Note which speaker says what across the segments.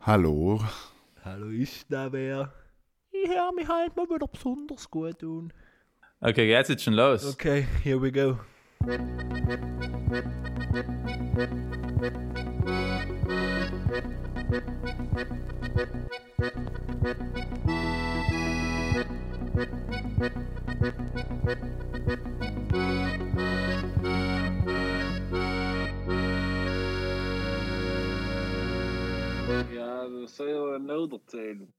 Speaker 1: Hallo.
Speaker 2: Hallo, ist da wer? Ich höre mich halt mal wieder besonders gut tun.
Speaker 3: Okay, jetzt geht's schon los.
Speaker 2: Okay, here we go.
Speaker 4: Ja, das soll ja nicht erzählen.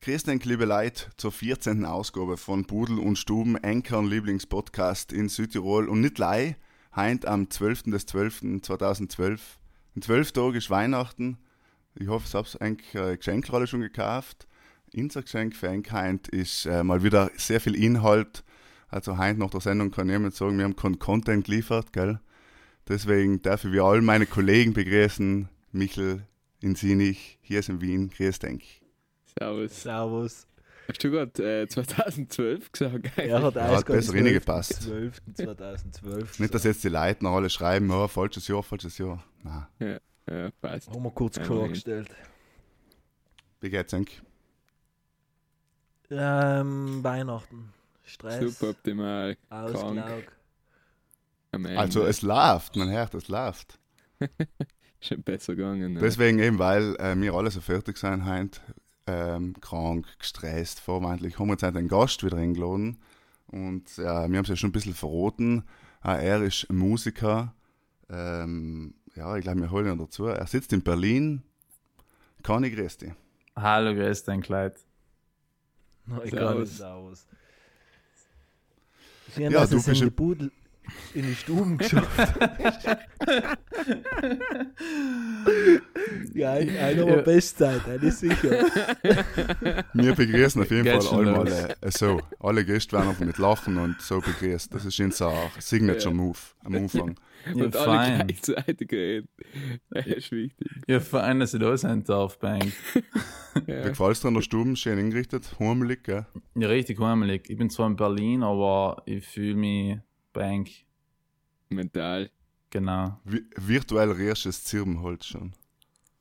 Speaker 1: Grüß den liebe Leute zur 14. Ausgabe von Budel und Stuben, Enker und Lieblingspodcast in Südtirol und nicht lei, heint am 12. des 12. 2012. In 12 Tagen ist Weihnachten. Ich hoffe, es habt ein Geschenk alle schon gekauft. Unser Geschenk für Enk heint ist äh, mal wieder sehr viel Inhalt. Also heint nach der Sendung kann jemand sagen, wir haben keinen Content geliefert, gell? Deswegen darf ich wie all meine Kollegen begrüßen. Michel in Sinich, hier ist in Wien, grüß denk.
Speaker 5: Servus.
Speaker 2: Servus.
Speaker 5: Hast du gerade äh, 2012 gesagt?
Speaker 2: Er hat
Speaker 1: Ja, hat besser reingepasst.
Speaker 2: 12. 2012.
Speaker 1: Nicht, dass jetzt die Leute noch alle schreiben, oh, falsches Jahr, falsches Jahr. Nein,
Speaker 5: Ja, passt.
Speaker 2: Haben wir kurz
Speaker 5: Ja,
Speaker 2: klargestellt.
Speaker 1: wie geht's eigentlich?
Speaker 2: Ähm, Weihnachten. Stress.
Speaker 5: Super optimal.
Speaker 2: Auslaug.
Speaker 5: Am Ende.
Speaker 1: Also es läuft, mein Herr, es läuft.
Speaker 5: schon besser gegangen. ne?
Speaker 1: Deswegen eben, weil äh, wir alle so fertig sind heute, ähm, krank, gestresst, vorweintlich, haben wir jetzt heute einen Gast wieder eingeladen und äh, wir haben es ja schon ein bisschen verraten. Äh, er ist Musiker, ähm, ja, ich glaube, wir holen ihn dazu. Er sitzt in Berlin. Conny, grüß dich.
Speaker 3: Hallo, grüß dein Kleid.
Speaker 2: Na, ich
Speaker 5: Servus.
Speaker 2: kann nicht aus. Sie haben
Speaker 1: Ja,
Speaker 2: das
Speaker 1: du
Speaker 2: jetzt in
Speaker 1: bist
Speaker 2: die
Speaker 1: im-
Speaker 2: Budel in die Stuben geschafft. ja, ein- einer war
Speaker 3: Ja.
Speaker 2: Bestzeit, eine ist sicher.
Speaker 1: Wir begrüßen auf jeden
Speaker 3: Geht's
Speaker 1: Fall
Speaker 3: schon
Speaker 1: alle,
Speaker 3: los?
Speaker 1: alle äh, so. Alle Gäste werden einfach mit Lachen und so begrüßt. Das ist unser Signature-Move am Anfang.
Speaker 3: Ja,
Speaker 5: Und alle
Speaker 3: fein.
Speaker 5: gleichzeitig reden. Das ist wichtig.
Speaker 3: Ja, fein, dass ich da sein darf, Bank.
Speaker 1: Wie gefällt's dir an der Stube? Schön eingerichtet, heimelig, gell?
Speaker 3: Ja, richtig heimelig. Ich bin zwar in Berlin, aber ich fühle mich Bank.
Speaker 5: Mental.
Speaker 3: Genau.
Speaker 1: Vi- Virtuell rierst du das Zirbenholz schon.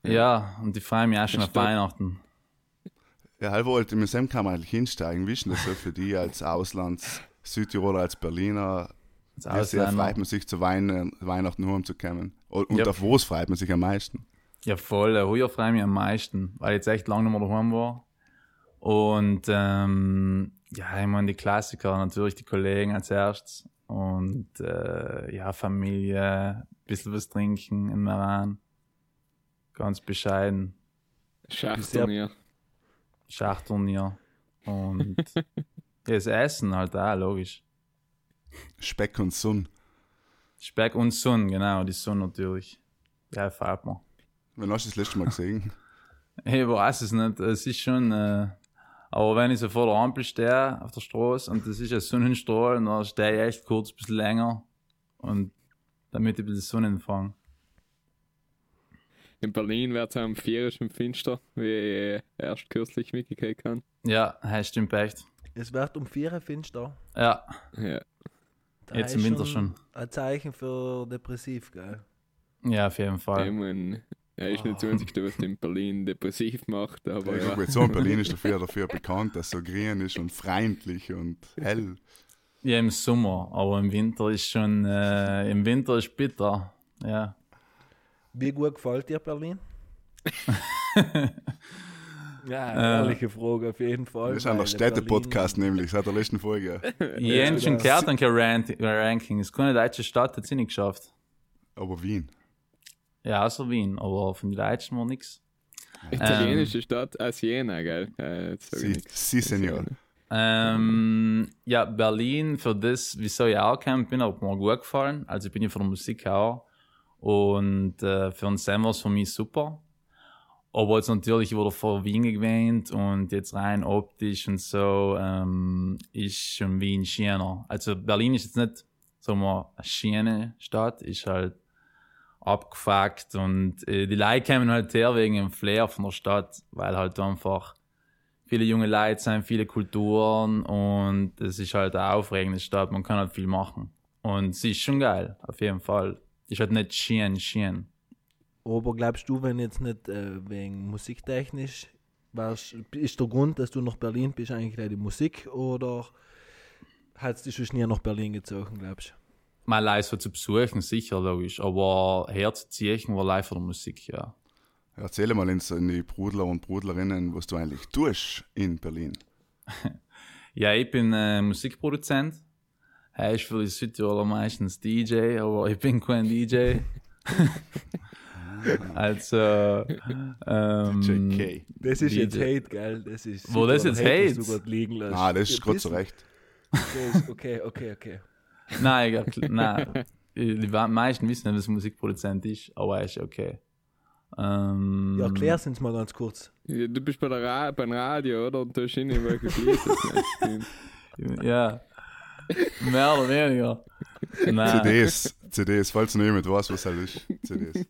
Speaker 3: Ja, und ich freue mich auch schon
Speaker 5: Das
Speaker 3: auf
Speaker 5: stimmt.
Speaker 3: Weihnachten.
Speaker 1: Ja, halb wollte im Museum kann man eigentlich hinsteigen. Wie ist denn das so für dich als Auslands-Südtiroler, als Berliner?
Speaker 3: Als
Speaker 1: Wie sehr freut
Speaker 3: Ausländer.
Speaker 1: man sich zu Weihn Weihnachten heimzukommen? Und und
Speaker 3: Ja.
Speaker 1: auf was freut man sich am meisten?
Speaker 3: Ja, voll. äh, Heuer freue ich mich am meisten, weil ich jetzt echt lange nicht mehr daheim war. Und ähm, ja, ich meine, die Klassiker, natürlich die Kollegen als erstes. Und äh, ja, Familie, ein bisschen was trinken in Meran. Ganz bescheiden.
Speaker 5: Schachturnier.
Speaker 3: Schachturnier. Und ja, das Essen halt auch, logisch.
Speaker 1: Speck und Sonn.
Speaker 3: Speck und Sonne, genau, die Sonne natürlich. Ja, fällt mir.
Speaker 1: Wann hast du das letzte Mal gesehen?
Speaker 3: Ich weiß es nicht. Es ist schon. Äh, aber wenn ich so vor der Ampel stehe auf der Straße und das ist ein Sonnenstrahl, dann stehe ich echt kurz ein bisschen länger. Und damit ich ein bisschen Sonne fange.
Speaker 5: In Berlin wird es am 4. schon finster, wie ich äh, erst kürzlich mitgekriegt habe.
Speaker 3: Ja, hast stimmt echt.
Speaker 2: Es wird um vier finster.
Speaker 3: Ja,
Speaker 5: Ja.
Speaker 2: Da
Speaker 3: Jetzt
Speaker 2: ist
Speaker 3: im Winter schon.
Speaker 2: Ein Zeichen für depressiv, gell?
Speaker 3: ja, auf jeden Fall.
Speaker 5: Ich mein, er ist nicht
Speaker 2: Ah.
Speaker 5: das Einzige, was in Berlin depressiv macht, aber
Speaker 1: Ich
Speaker 5: ja.
Speaker 1: glaube, so in Berlin ist dafür, dafür bekannt, dass es so grün ist und freundlich und hell.
Speaker 3: Ja, im Sommer, aber im Winter ist schon. Äh, Im Winter ist bitter. Ja.
Speaker 2: Wie gut gefällt dir Berlin? ja, eine
Speaker 3: Äh,
Speaker 2: ehrliche Frage auf jeden Fall.
Speaker 1: Das ist einfach
Speaker 2: weil
Speaker 1: Städte-Podcast nämlich, seit der letzten Folge.
Speaker 3: Jens schon
Speaker 2: genau.
Speaker 3: gehört an kein Rank- Ranking. Es ist keine deutsche Stadt, hat sie nicht geschafft.
Speaker 1: Aber Wien.
Speaker 3: Ja, außer Wien, aber von den Deutschen war nichts.
Speaker 5: Italienische Stadt als Jena, gell? Äh, jetzt sag ich
Speaker 1: Sie,
Speaker 5: nix.
Speaker 1: sie Senior.
Speaker 3: Ähm, ja, Berlin, für das, wieso ich auch gekommen bin, hat mir gut gefallen. Also ich bin ja von der Musik auch. Und äh, für den Sam war es für mich super. Aber jetzt natürlich, ich wurde vor Wien gewähnt und jetzt rein optisch und so ähm, ist schon Wien schöner. Also Berlin ist jetzt nicht, sagen wir, eine schöne Stadt, ist halt abgefuckt und äh, die Leute kommen halt her wegen dem Flair von der Stadt, weil halt einfach viele junge Leute sind, viele Kulturen und es ist halt eine aufregende Stadt, man kann halt viel machen. Und sie ist schon geil, auf jeden Fall. Ist halt nicht schön, schön.
Speaker 2: Aber glaubst du, wenn jetzt nicht äh, wegen musiktechnisch, warst, ist der Grund, dass du nach Berlin bist, eigentlich gleich die Musik oder hat es dich schon nie nach Berlin gezogen, glaubst
Speaker 3: Mein Leid so zu besuchen, sicher, logisch. Aber herzuziehen war live von der Musik, ja.
Speaker 1: Erzähl mal ins- an die Brudler und Brudlerinnen, was du eigentlich tust in Berlin.
Speaker 3: Ja, ich bin äh, Musikproduzent. Er ist für die Südtiroler meistens DJ, aber ich bin kein DJ. also, ähm,
Speaker 1: JK.
Speaker 2: du? Das ist jetzt
Speaker 3: Wie die-
Speaker 2: Hate, gell? Das ist
Speaker 3: Wo das
Speaker 2: super
Speaker 3: jetzt
Speaker 2: was
Speaker 3: Hate?
Speaker 2: du grad liegen lässt.
Speaker 1: Ah, das ist
Speaker 2: Ja,
Speaker 1: gerade so recht.
Speaker 2: das ist- Okay, okay, okay.
Speaker 3: Nein, ich glaub, nein. Die wa- meisten wissen, nicht, dass er Musikproduzent ist, aber er ist okay. Ähm,
Speaker 2: Ja, erklär's uns mal ganz kurz.
Speaker 5: Ja, du bist bei der Ra beim Radio, oder? Und da ist innen welches Lied. das nicht stimmt.
Speaker 3: Ja. Mehr oder weniger.
Speaker 5: Ah.
Speaker 3: Nein.
Speaker 1: CDs, CDs, falls noch jemand weiß, was halt ist. CDs.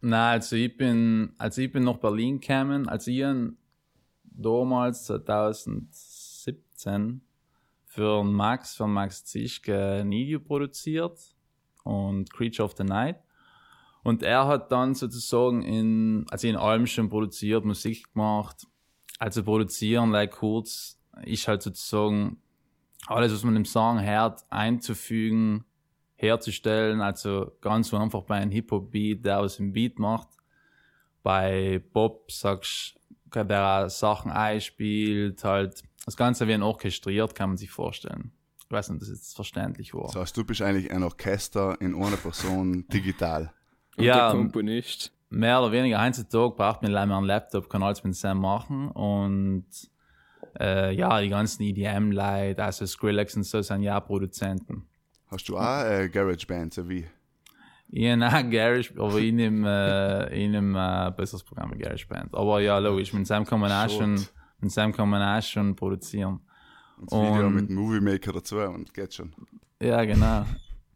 Speaker 3: Nein, also ich bin, als ich bin nach Berlin gekommen, als ich ihn damals 2017 für den Max, für den Max Zischke ein Video produziert und Creature of the Night. Und er hat dann sozusagen in, also in allem schon produziert, Musik gemacht. Also produzieren, like kurz, ist halt sozusagen alles, was man im Song hört, einzufügen, herzustellen. Also ganz so einfach bei einem Hip-Hop-Beat, der aus dem Beat macht. Bei Bob sagst du, der Sachen einspielt, halt das Ganze wie ein orchestriert, kann man sich vorstellen. Ich weiß nicht, ob das jetzt verständlich war.
Speaker 1: Das heißt, du bist eigentlich ein Orchester in einer Person digital.
Speaker 5: Und
Speaker 3: Ja,
Speaker 1: ähm,
Speaker 5: Der Komponist.
Speaker 3: mehr oder weniger heutzutage braucht man leider mehr einen Laptop, kann alles mit Sam machen und äh, ja, die ganzen EDM-Leute, also Skrillex und so sind ja auch Produzenten.
Speaker 1: Hast du auch äh, GarageBand, so wie?
Speaker 3: Ich nein, Garage, aber ich nehme äh, ich nehm, äh, besseres Programm GarageBand. Aber ja, logisch, mit Sam kann man auch
Speaker 1: Shit.
Speaker 3: schon, mit Sam kann man auch schon produzieren.
Speaker 1: Und das Video
Speaker 3: Und-
Speaker 1: mit dem Movie Maker dazu und geht schon.
Speaker 3: Ja, genau.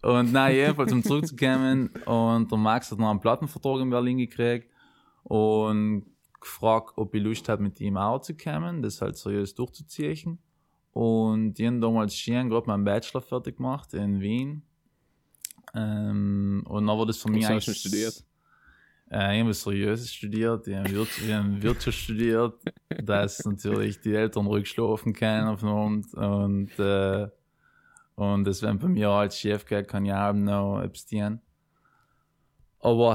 Speaker 3: Und na jedenfalls, um zurückzukommen, und der Max hat noch einen Plattenvertrag in Berlin gekriegt und gefragt, ob ich Lust habe, mit ihm auch zu kommen, das halt seriös durchzuziehen. Und ich habe damals schön gerade meinen Bachelor fertig gemacht in Wien. Ähm, und dann war das für mich
Speaker 5: hast du
Speaker 3: eigentlich-
Speaker 5: studiert?
Speaker 3: Äh, ich habe was Seriöses studiert, ich habe Wirt, ich habe Wirtschaft studiert, dass natürlich die Eltern ruhig schlafen können auf den Abend und äh, und das wenn bei mir als Chef geht, kann ich auch noch etwas dienen. Aber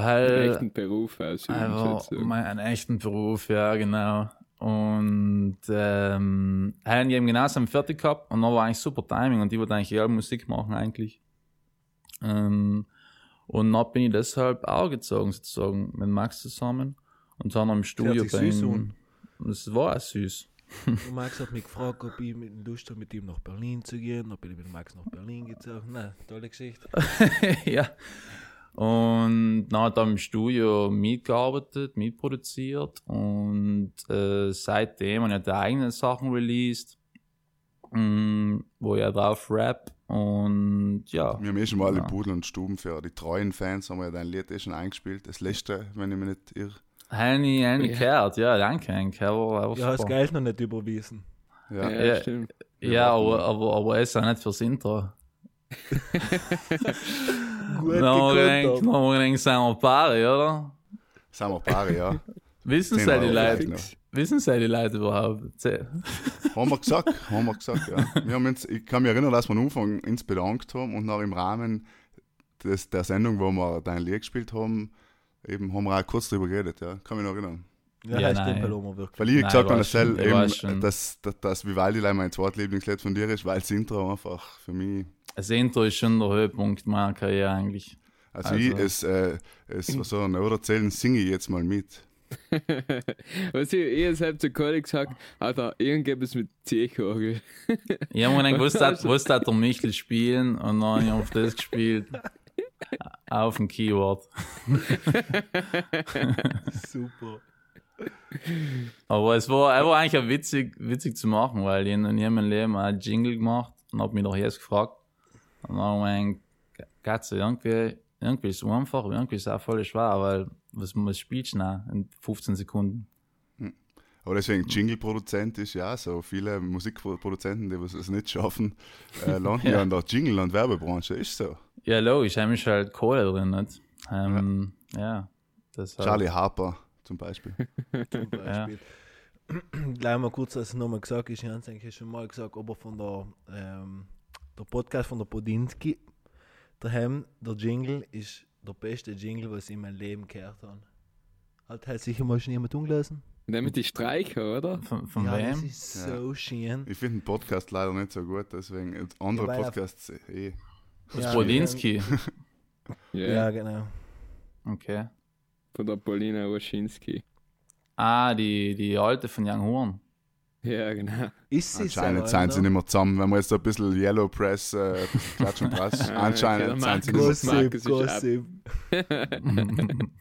Speaker 1: äh,
Speaker 5: Einen
Speaker 3: halt
Speaker 5: echten Beruf also, aus.
Speaker 1: also,
Speaker 3: einfach Also mein, einen echten Beruf, ja genau. Und ähm, haben eben Gymnasium fertig gehabt und dann war eigentlich super Timing und ich wollte eigentlich eher Musik machen eigentlich. Ähm, und dann bin ich deshalb auch gezogen sozusagen mit Max zusammen und dann im Studio
Speaker 2: sich
Speaker 3: bei
Speaker 2: süß
Speaker 3: ihm.
Speaker 2: an.
Speaker 3: Das war auch süß.
Speaker 2: Und Max hat mich gefragt, ob ich mit Lust habe, mit ihm nach Berlin zu gehen, ob ich mit Max nach Berlin gezogen Na, tolle Geschichte.
Speaker 3: ja. Und dann hat er im Studio mitgearbeitet, mitproduziert und äh, seitdem hat er die eigenen Sachen released, mm, wo er drauf rap und ja.
Speaker 1: Wir haben eh schon mal alle
Speaker 3: Ja.
Speaker 1: Pudel und Stuben für die treuen Fans, haben wir ja dein Lied eh schon eingespielt. Das letzte, wenn ich mich nicht irre.
Speaker 3: Habe ich einen
Speaker 5: Ja.
Speaker 3: gehört, ja, danke, einen gehört.
Speaker 2: Ja, hast Geld noch nicht überwiesen.
Speaker 1: Ja.
Speaker 5: Ja,
Speaker 3: Ja.
Speaker 5: stimmt.
Speaker 3: Ja, aber, aber, aber es ist auch nicht fürs Intro.
Speaker 2: Gut
Speaker 3: Normalerweise sind wir Paare, oder?
Speaker 1: Sind wir Paare, ja.
Speaker 3: Wissen
Speaker 1: 10
Speaker 3: sie die
Speaker 1: Euro
Speaker 3: Leute?
Speaker 1: fix.
Speaker 3: Wissen sie die Leute überhaupt? Ze-
Speaker 1: Haben wir gesagt, haben wir gesagt, ja. Wir haben uns, ich kann mich erinnern, dass wir am Anfang uns bedankt haben und nach im Rahmen des, der Sendung, wo wir dein Lied gespielt haben, eben haben wir auch kurz drüber geredet, ja. Kann mich noch erinnern.
Speaker 2: Ja,
Speaker 3: Ja,
Speaker 2: ja stimmt,
Speaker 3: nein.
Speaker 2: Paloma, wirklich.
Speaker 1: Weil ich
Speaker 3: Nein,
Speaker 1: gesagt
Speaker 3: ich
Speaker 1: habe,
Speaker 3: weiß schon,
Speaker 1: Marcel,
Speaker 3: ich weiß schon.
Speaker 1: eben, dass, dass, dass Vivaldi leider mein Zweitlieblingslied von dir ist, weil das Intro einfach für mich.
Speaker 3: Das Intro ist schon der Höhepunkt meiner Karriere eigentlich.
Speaker 1: Also,
Speaker 3: Also-
Speaker 1: ich, es, äh, es, was soll ich noch erzählen, singe ich jetzt mal mit.
Speaker 5: Was ich, ich jetzt hab zu Cody gesagt, Alter, irgendwas mit Zechorgel.
Speaker 3: Ich habe mir dann gewusst, dass, gewusst, dass der Michel spielen und dann habe ich auf das gespielt. Auf dem Keyboard.
Speaker 2: Super.
Speaker 3: Aber es war, er war eigentlich auch witzig, witzig zu machen, weil ich noch nie in meinem Leben einen Jingle gemacht und habe mich doch erst gefragt. Und dann habe ich gedacht, Katze, irgendwie, irgendwie ist es einfach, irgendwie ist es auch voll schwer, weil was, was spielst du denn in 15 Sekunden?
Speaker 1: Aber deswegen, Jingle-Produzent ist ja so. Viele Musikproduzenten, die was es nicht schaffen, äh, landen ja.
Speaker 3: Ja.
Speaker 1: in der Jingle- und Werbebranche. Ist so.
Speaker 3: Ja, logisch, heim ist halt Kohle drin, nicht? Ähm, ja. Das heißt-
Speaker 1: Charlie Harper zum Beispiel.
Speaker 2: zum Beispiel. Gleich mal kurz, dass ich nochmal gesagt ist, ich habe es eigentlich schon mal gesagt, aber von der, ähm, der Podcast von der Podinski, daheim, der Jingle ist der beste Jingle, was ich in meinem Leben gehört habe. Hat halt sicher mal schon jemand umgelesen.
Speaker 5: Damit die Streicher, oder?
Speaker 3: halt. Von, von
Speaker 2: ja, das
Speaker 3: wem?
Speaker 2: ist so schön.
Speaker 1: Ich finde den Podcast leider nicht so gut, deswegen andere
Speaker 2: Ja, weil er-
Speaker 1: Podcasts eh.
Speaker 2: Ja,
Speaker 3: Brodinski.
Speaker 5: Ja,
Speaker 2: Ja, genau.
Speaker 3: Okay.
Speaker 5: Von der Paulina Waschinski.
Speaker 3: Ah, die, die alte von Young Horn.
Speaker 5: Ja, genau.
Speaker 2: Ist sie ne?
Speaker 1: Anscheinend
Speaker 2: so,
Speaker 1: sind sie
Speaker 2: oder?
Speaker 1: nicht mehr zusammen, wenn wir jetzt so ein bisschen Yellow Press, äh, ein bisschen Klatsch und Brass, anscheinend
Speaker 5: Ja,
Speaker 1: sind sie nicht mehr.
Speaker 5: Ah, Markus.
Speaker 2: Gossip,
Speaker 5: Markus ist
Speaker 2: Gossip.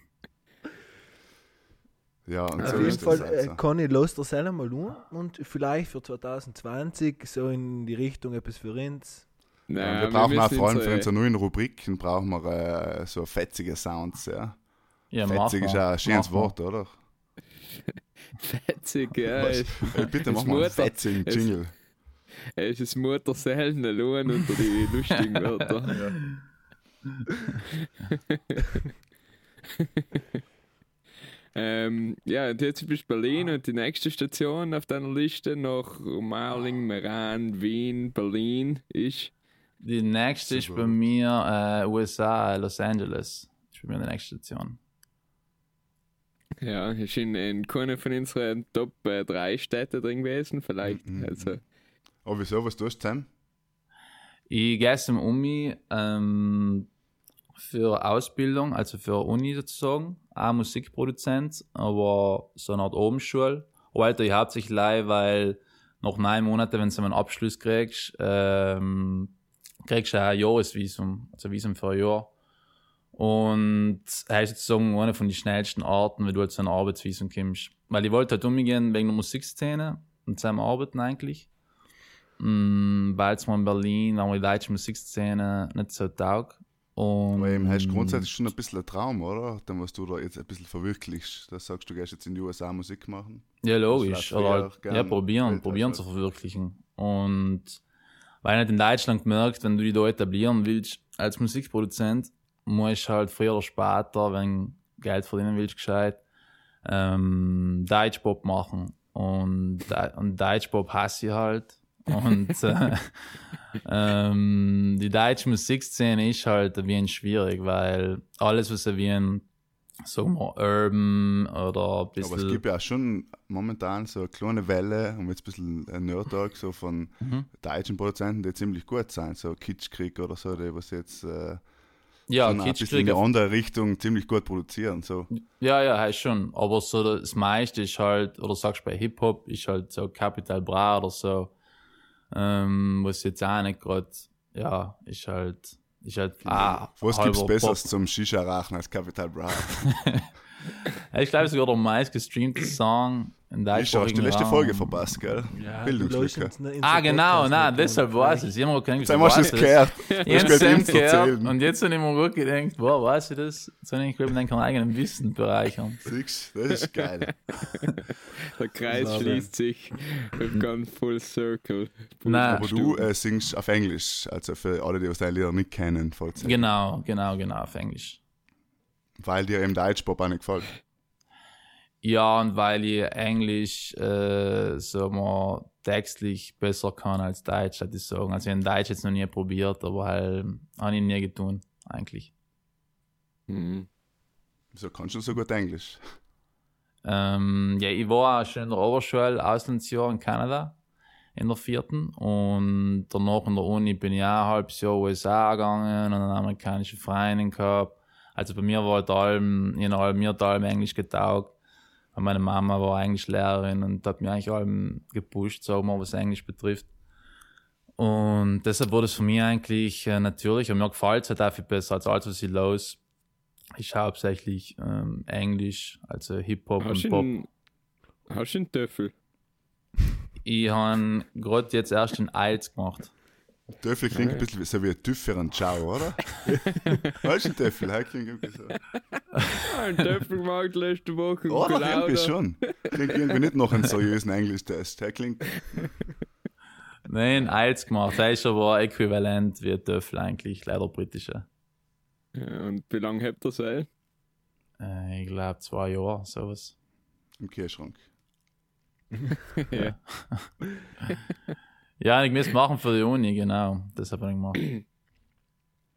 Speaker 1: Ja, und so
Speaker 2: Auf jeden
Speaker 1: ist das
Speaker 2: Fall,
Speaker 1: halt
Speaker 2: äh,
Speaker 1: so.
Speaker 2: Conny lässt das selber mal um und vielleicht für 2020 so in die Richtung etwas für uns.
Speaker 5: Nein,
Speaker 1: Ja, wir brauchen auch
Speaker 5: müssen äh,
Speaker 1: vor allem
Speaker 5: unsere-
Speaker 1: für unsere neuen Rubriken brauchen wir äh, so fetzige Sounds, ja.
Speaker 3: ja, mach
Speaker 1: Fetzig ist
Speaker 3: mal.
Speaker 1: auch ein schönes
Speaker 3: Mach mal.
Speaker 1: Wort, oder?
Speaker 5: Fetzig, ja.
Speaker 1: Was?
Speaker 5: Äh, ist-
Speaker 1: Ey, bitte
Speaker 5: Es
Speaker 1: mach mal einen
Speaker 5: muss-
Speaker 1: fetzigen
Speaker 5: es-
Speaker 1: Jingle.
Speaker 5: Er ist das Mutter selten allein unter die lustigen Wörter. ähm, ja, und jetzt bist du Berlin und die nächste Station auf deiner Liste nach Marling, Meran, Wien, Berlin ist.
Speaker 3: Die nächste ist bei mir äh, USA, Los Angeles. Ist bei mir die nächste Station.
Speaker 5: Ja, ist in, in keiner von unseren Top 3 Städte drin gewesen, vielleicht.
Speaker 3: Mhm.
Speaker 5: Also,
Speaker 1: Aber wieso, was tust du, Sam?
Speaker 3: Ich gehe zum Uni ähm, für Ausbildung, also für Uni sozusagen, auch Musikproduzent, aber so eine Art Obenschule. Alter, ich hauptsächlich leih, weil nach neun Monaten, wenn du einen Abschluss kriegst, ähm, kriegst du auch ein Jahresvisum, also Visum für ein Jahr. Und er ist sozusagen einer von den schnellsten Arten, wenn du halt zu einem Arbeitsvisum kommst. Weil ich wollte halt umgehen wegen der Musikszene und zusammen arbeiten eigentlich. Mm, weil es mir in Berlin, auch die deutsche Musikszene nicht so taugt. Und
Speaker 1: Aber eben
Speaker 3: Mm.
Speaker 1: hast du grundsätzlich schon ein bisschen ein Traum, oder? Dann, was du da jetzt ein bisschen verwirklichst. Da sagst du, du gehst jetzt in die USA Musik machen.
Speaker 3: Ja,
Speaker 1: Das
Speaker 3: logisch.
Speaker 1: wär
Speaker 3: Oder
Speaker 1: früher
Speaker 3: halt,
Speaker 1: gern
Speaker 3: ja, probieren,
Speaker 1: weltweit
Speaker 3: probieren
Speaker 1: was.
Speaker 3: zu verwirklichen. Und weil nicht in Deutschland gemerkt, wenn du dich da etablieren willst, als Musikproduzent, musst du halt früher oder später, wenn Geld verdienen willst, gescheit, ähm, Deutschpop machen. Und, Deu- und Deutschpop hasse ich halt. Und äh, ähm, die deutsche Musikszene ist halt in Wien schwierig, weil alles, was in Wien, sagen wir, Urban oder ein bisschen.
Speaker 1: Aber es gibt ja auch schon momentan so eine kleine Welle, um jetzt ein bisschen ein Nerd-Talk, so von
Speaker 3: Mhm.
Speaker 1: deutschen Produzenten, die ziemlich gut sind. So Kitschkrieg oder so, die was jetzt äh,
Speaker 3: ja,
Speaker 1: schon ein bisschen in
Speaker 3: Kitschkrieg
Speaker 1: die
Speaker 3: auf
Speaker 1: andere Richtung ziemlich gut produzieren. So.
Speaker 3: Ja, ja, heißt schon. Aber so das meiste ist halt, oder sagst bei Hip-Hop, ist halt so Capital Bra oder so. Ähm, was jetzt auch nicht gerade, ja, ist halt, ist halt, ah,
Speaker 1: Was
Speaker 3: halber
Speaker 1: gibt's Besseres
Speaker 3: Pop.
Speaker 1: zum Shisha-Rachen als Capital Bra?
Speaker 3: Ich glaube, sogar der meistgestreamte Song in
Speaker 1: Ich
Speaker 3: Deutschland.
Speaker 1: hast du die letzte Folge verpasst, gell?
Speaker 2: Ja,
Speaker 1: Bildungslücke.
Speaker 3: Ah, genau,
Speaker 1: ne?
Speaker 3: nein, deshalb weiß ich es. Ich habe mir gedacht,
Speaker 1: Sam, hast du es
Speaker 3: weiß ich
Speaker 1: gehört?
Speaker 3: Ich
Speaker 1: Jetzt
Speaker 3: habe Sam gehört und jetzt habe ich mir gut gedacht, boah, weiß ich das? Jetzt habe ich, glaube ich, meinen eigenen Wissen bereichern.
Speaker 1: Siehst du? Das ist geil.
Speaker 5: der Kreis
Speaker 2: Wahnsinn.
Speaker 5: schließt sich. We've gone full circle.
Speaker 3: Nein.
Speaker 1: Aber du äh, singst auf Englisch, also für alle, die aus deinen Liedern nicht kennen, falls
Speaker 3: Genau, genau, genau, auf Englisch.
Speaker 1: weil dir eben Deutschpop auch nicht gefällt.
Speaker 3: Ja, und weil ich Englisch, äh, sagen wir, textlich besser kann als Deutsch, hätte ich sagen. Also, ich habe Deutsch jetzt noch nie probiert, aber halt, habe ich nie getan, eigentlich. äh,
Speaker 5: Mhm.
Speaker 1: Wieso kannst du so gut Englisch?
Speaker 3: Ähm, ja, ich war auch schon in der Oberschule, Auslandsjahr in Kanada, in der vierten. Und danach in der Uni bin ich auch ein halbes Jahr USA gegangen und einen amerikanischen Freund gehabt. Also bei mir war halt allem, in allem, mir hat allem Englisch getaugt. Und meine Mama war eigentlich Lehrerin und hat mich eigentlich allem gepusht, sagen wir, was Englisch betrifft. Und deshalb wurde es für mich eigentlich äh, natürlich, und mir gefällt es halt auch viel besser als alles, was ich los. Ich hauptsächlich ähm, Englisch, also Hip-Hop
Speaker 5: Hast
Speaker 3: und
Speaker 5: du
Speaker 3: Pop.
Speaker 5: einen- hast du einen Töffel?
Speaker 3: Ich habe gerade jetzt erst den Eils gemacht.
Speaker 1: Töffel klingt ein bisschen so wie ein TÜV für einen Ciao, oder? weißt du, Töffel, hä? klingt irgendwie so.
Speaker 5: Ein Töpfel gemacht letzte Woche.
Speaker 1: Oder
Speaker 5: Guten
Speaker 1: irgendwie
Speaker 5: Abend.
Speaker 1: Oh, schon. Klingt irgendwie nicht nach einem seriösen Englisch-Test. hä? klingt
Speaker 3: Nein, Eils gemacht. Der ist aber äquivalent wie ein Töffel eigentlich, leider britischer.
Speaker 5: Ja, und wie lange habt ihr sein?
Speaker 3: Äh, äh, ich glaube, zwei Jahre, sowas.
Speaker 1: im Kühlschrank.
Speaker 5: ja.
Speaker 3: Ja, ich muss machen für die Uni, genau. Das habe ich gemacht.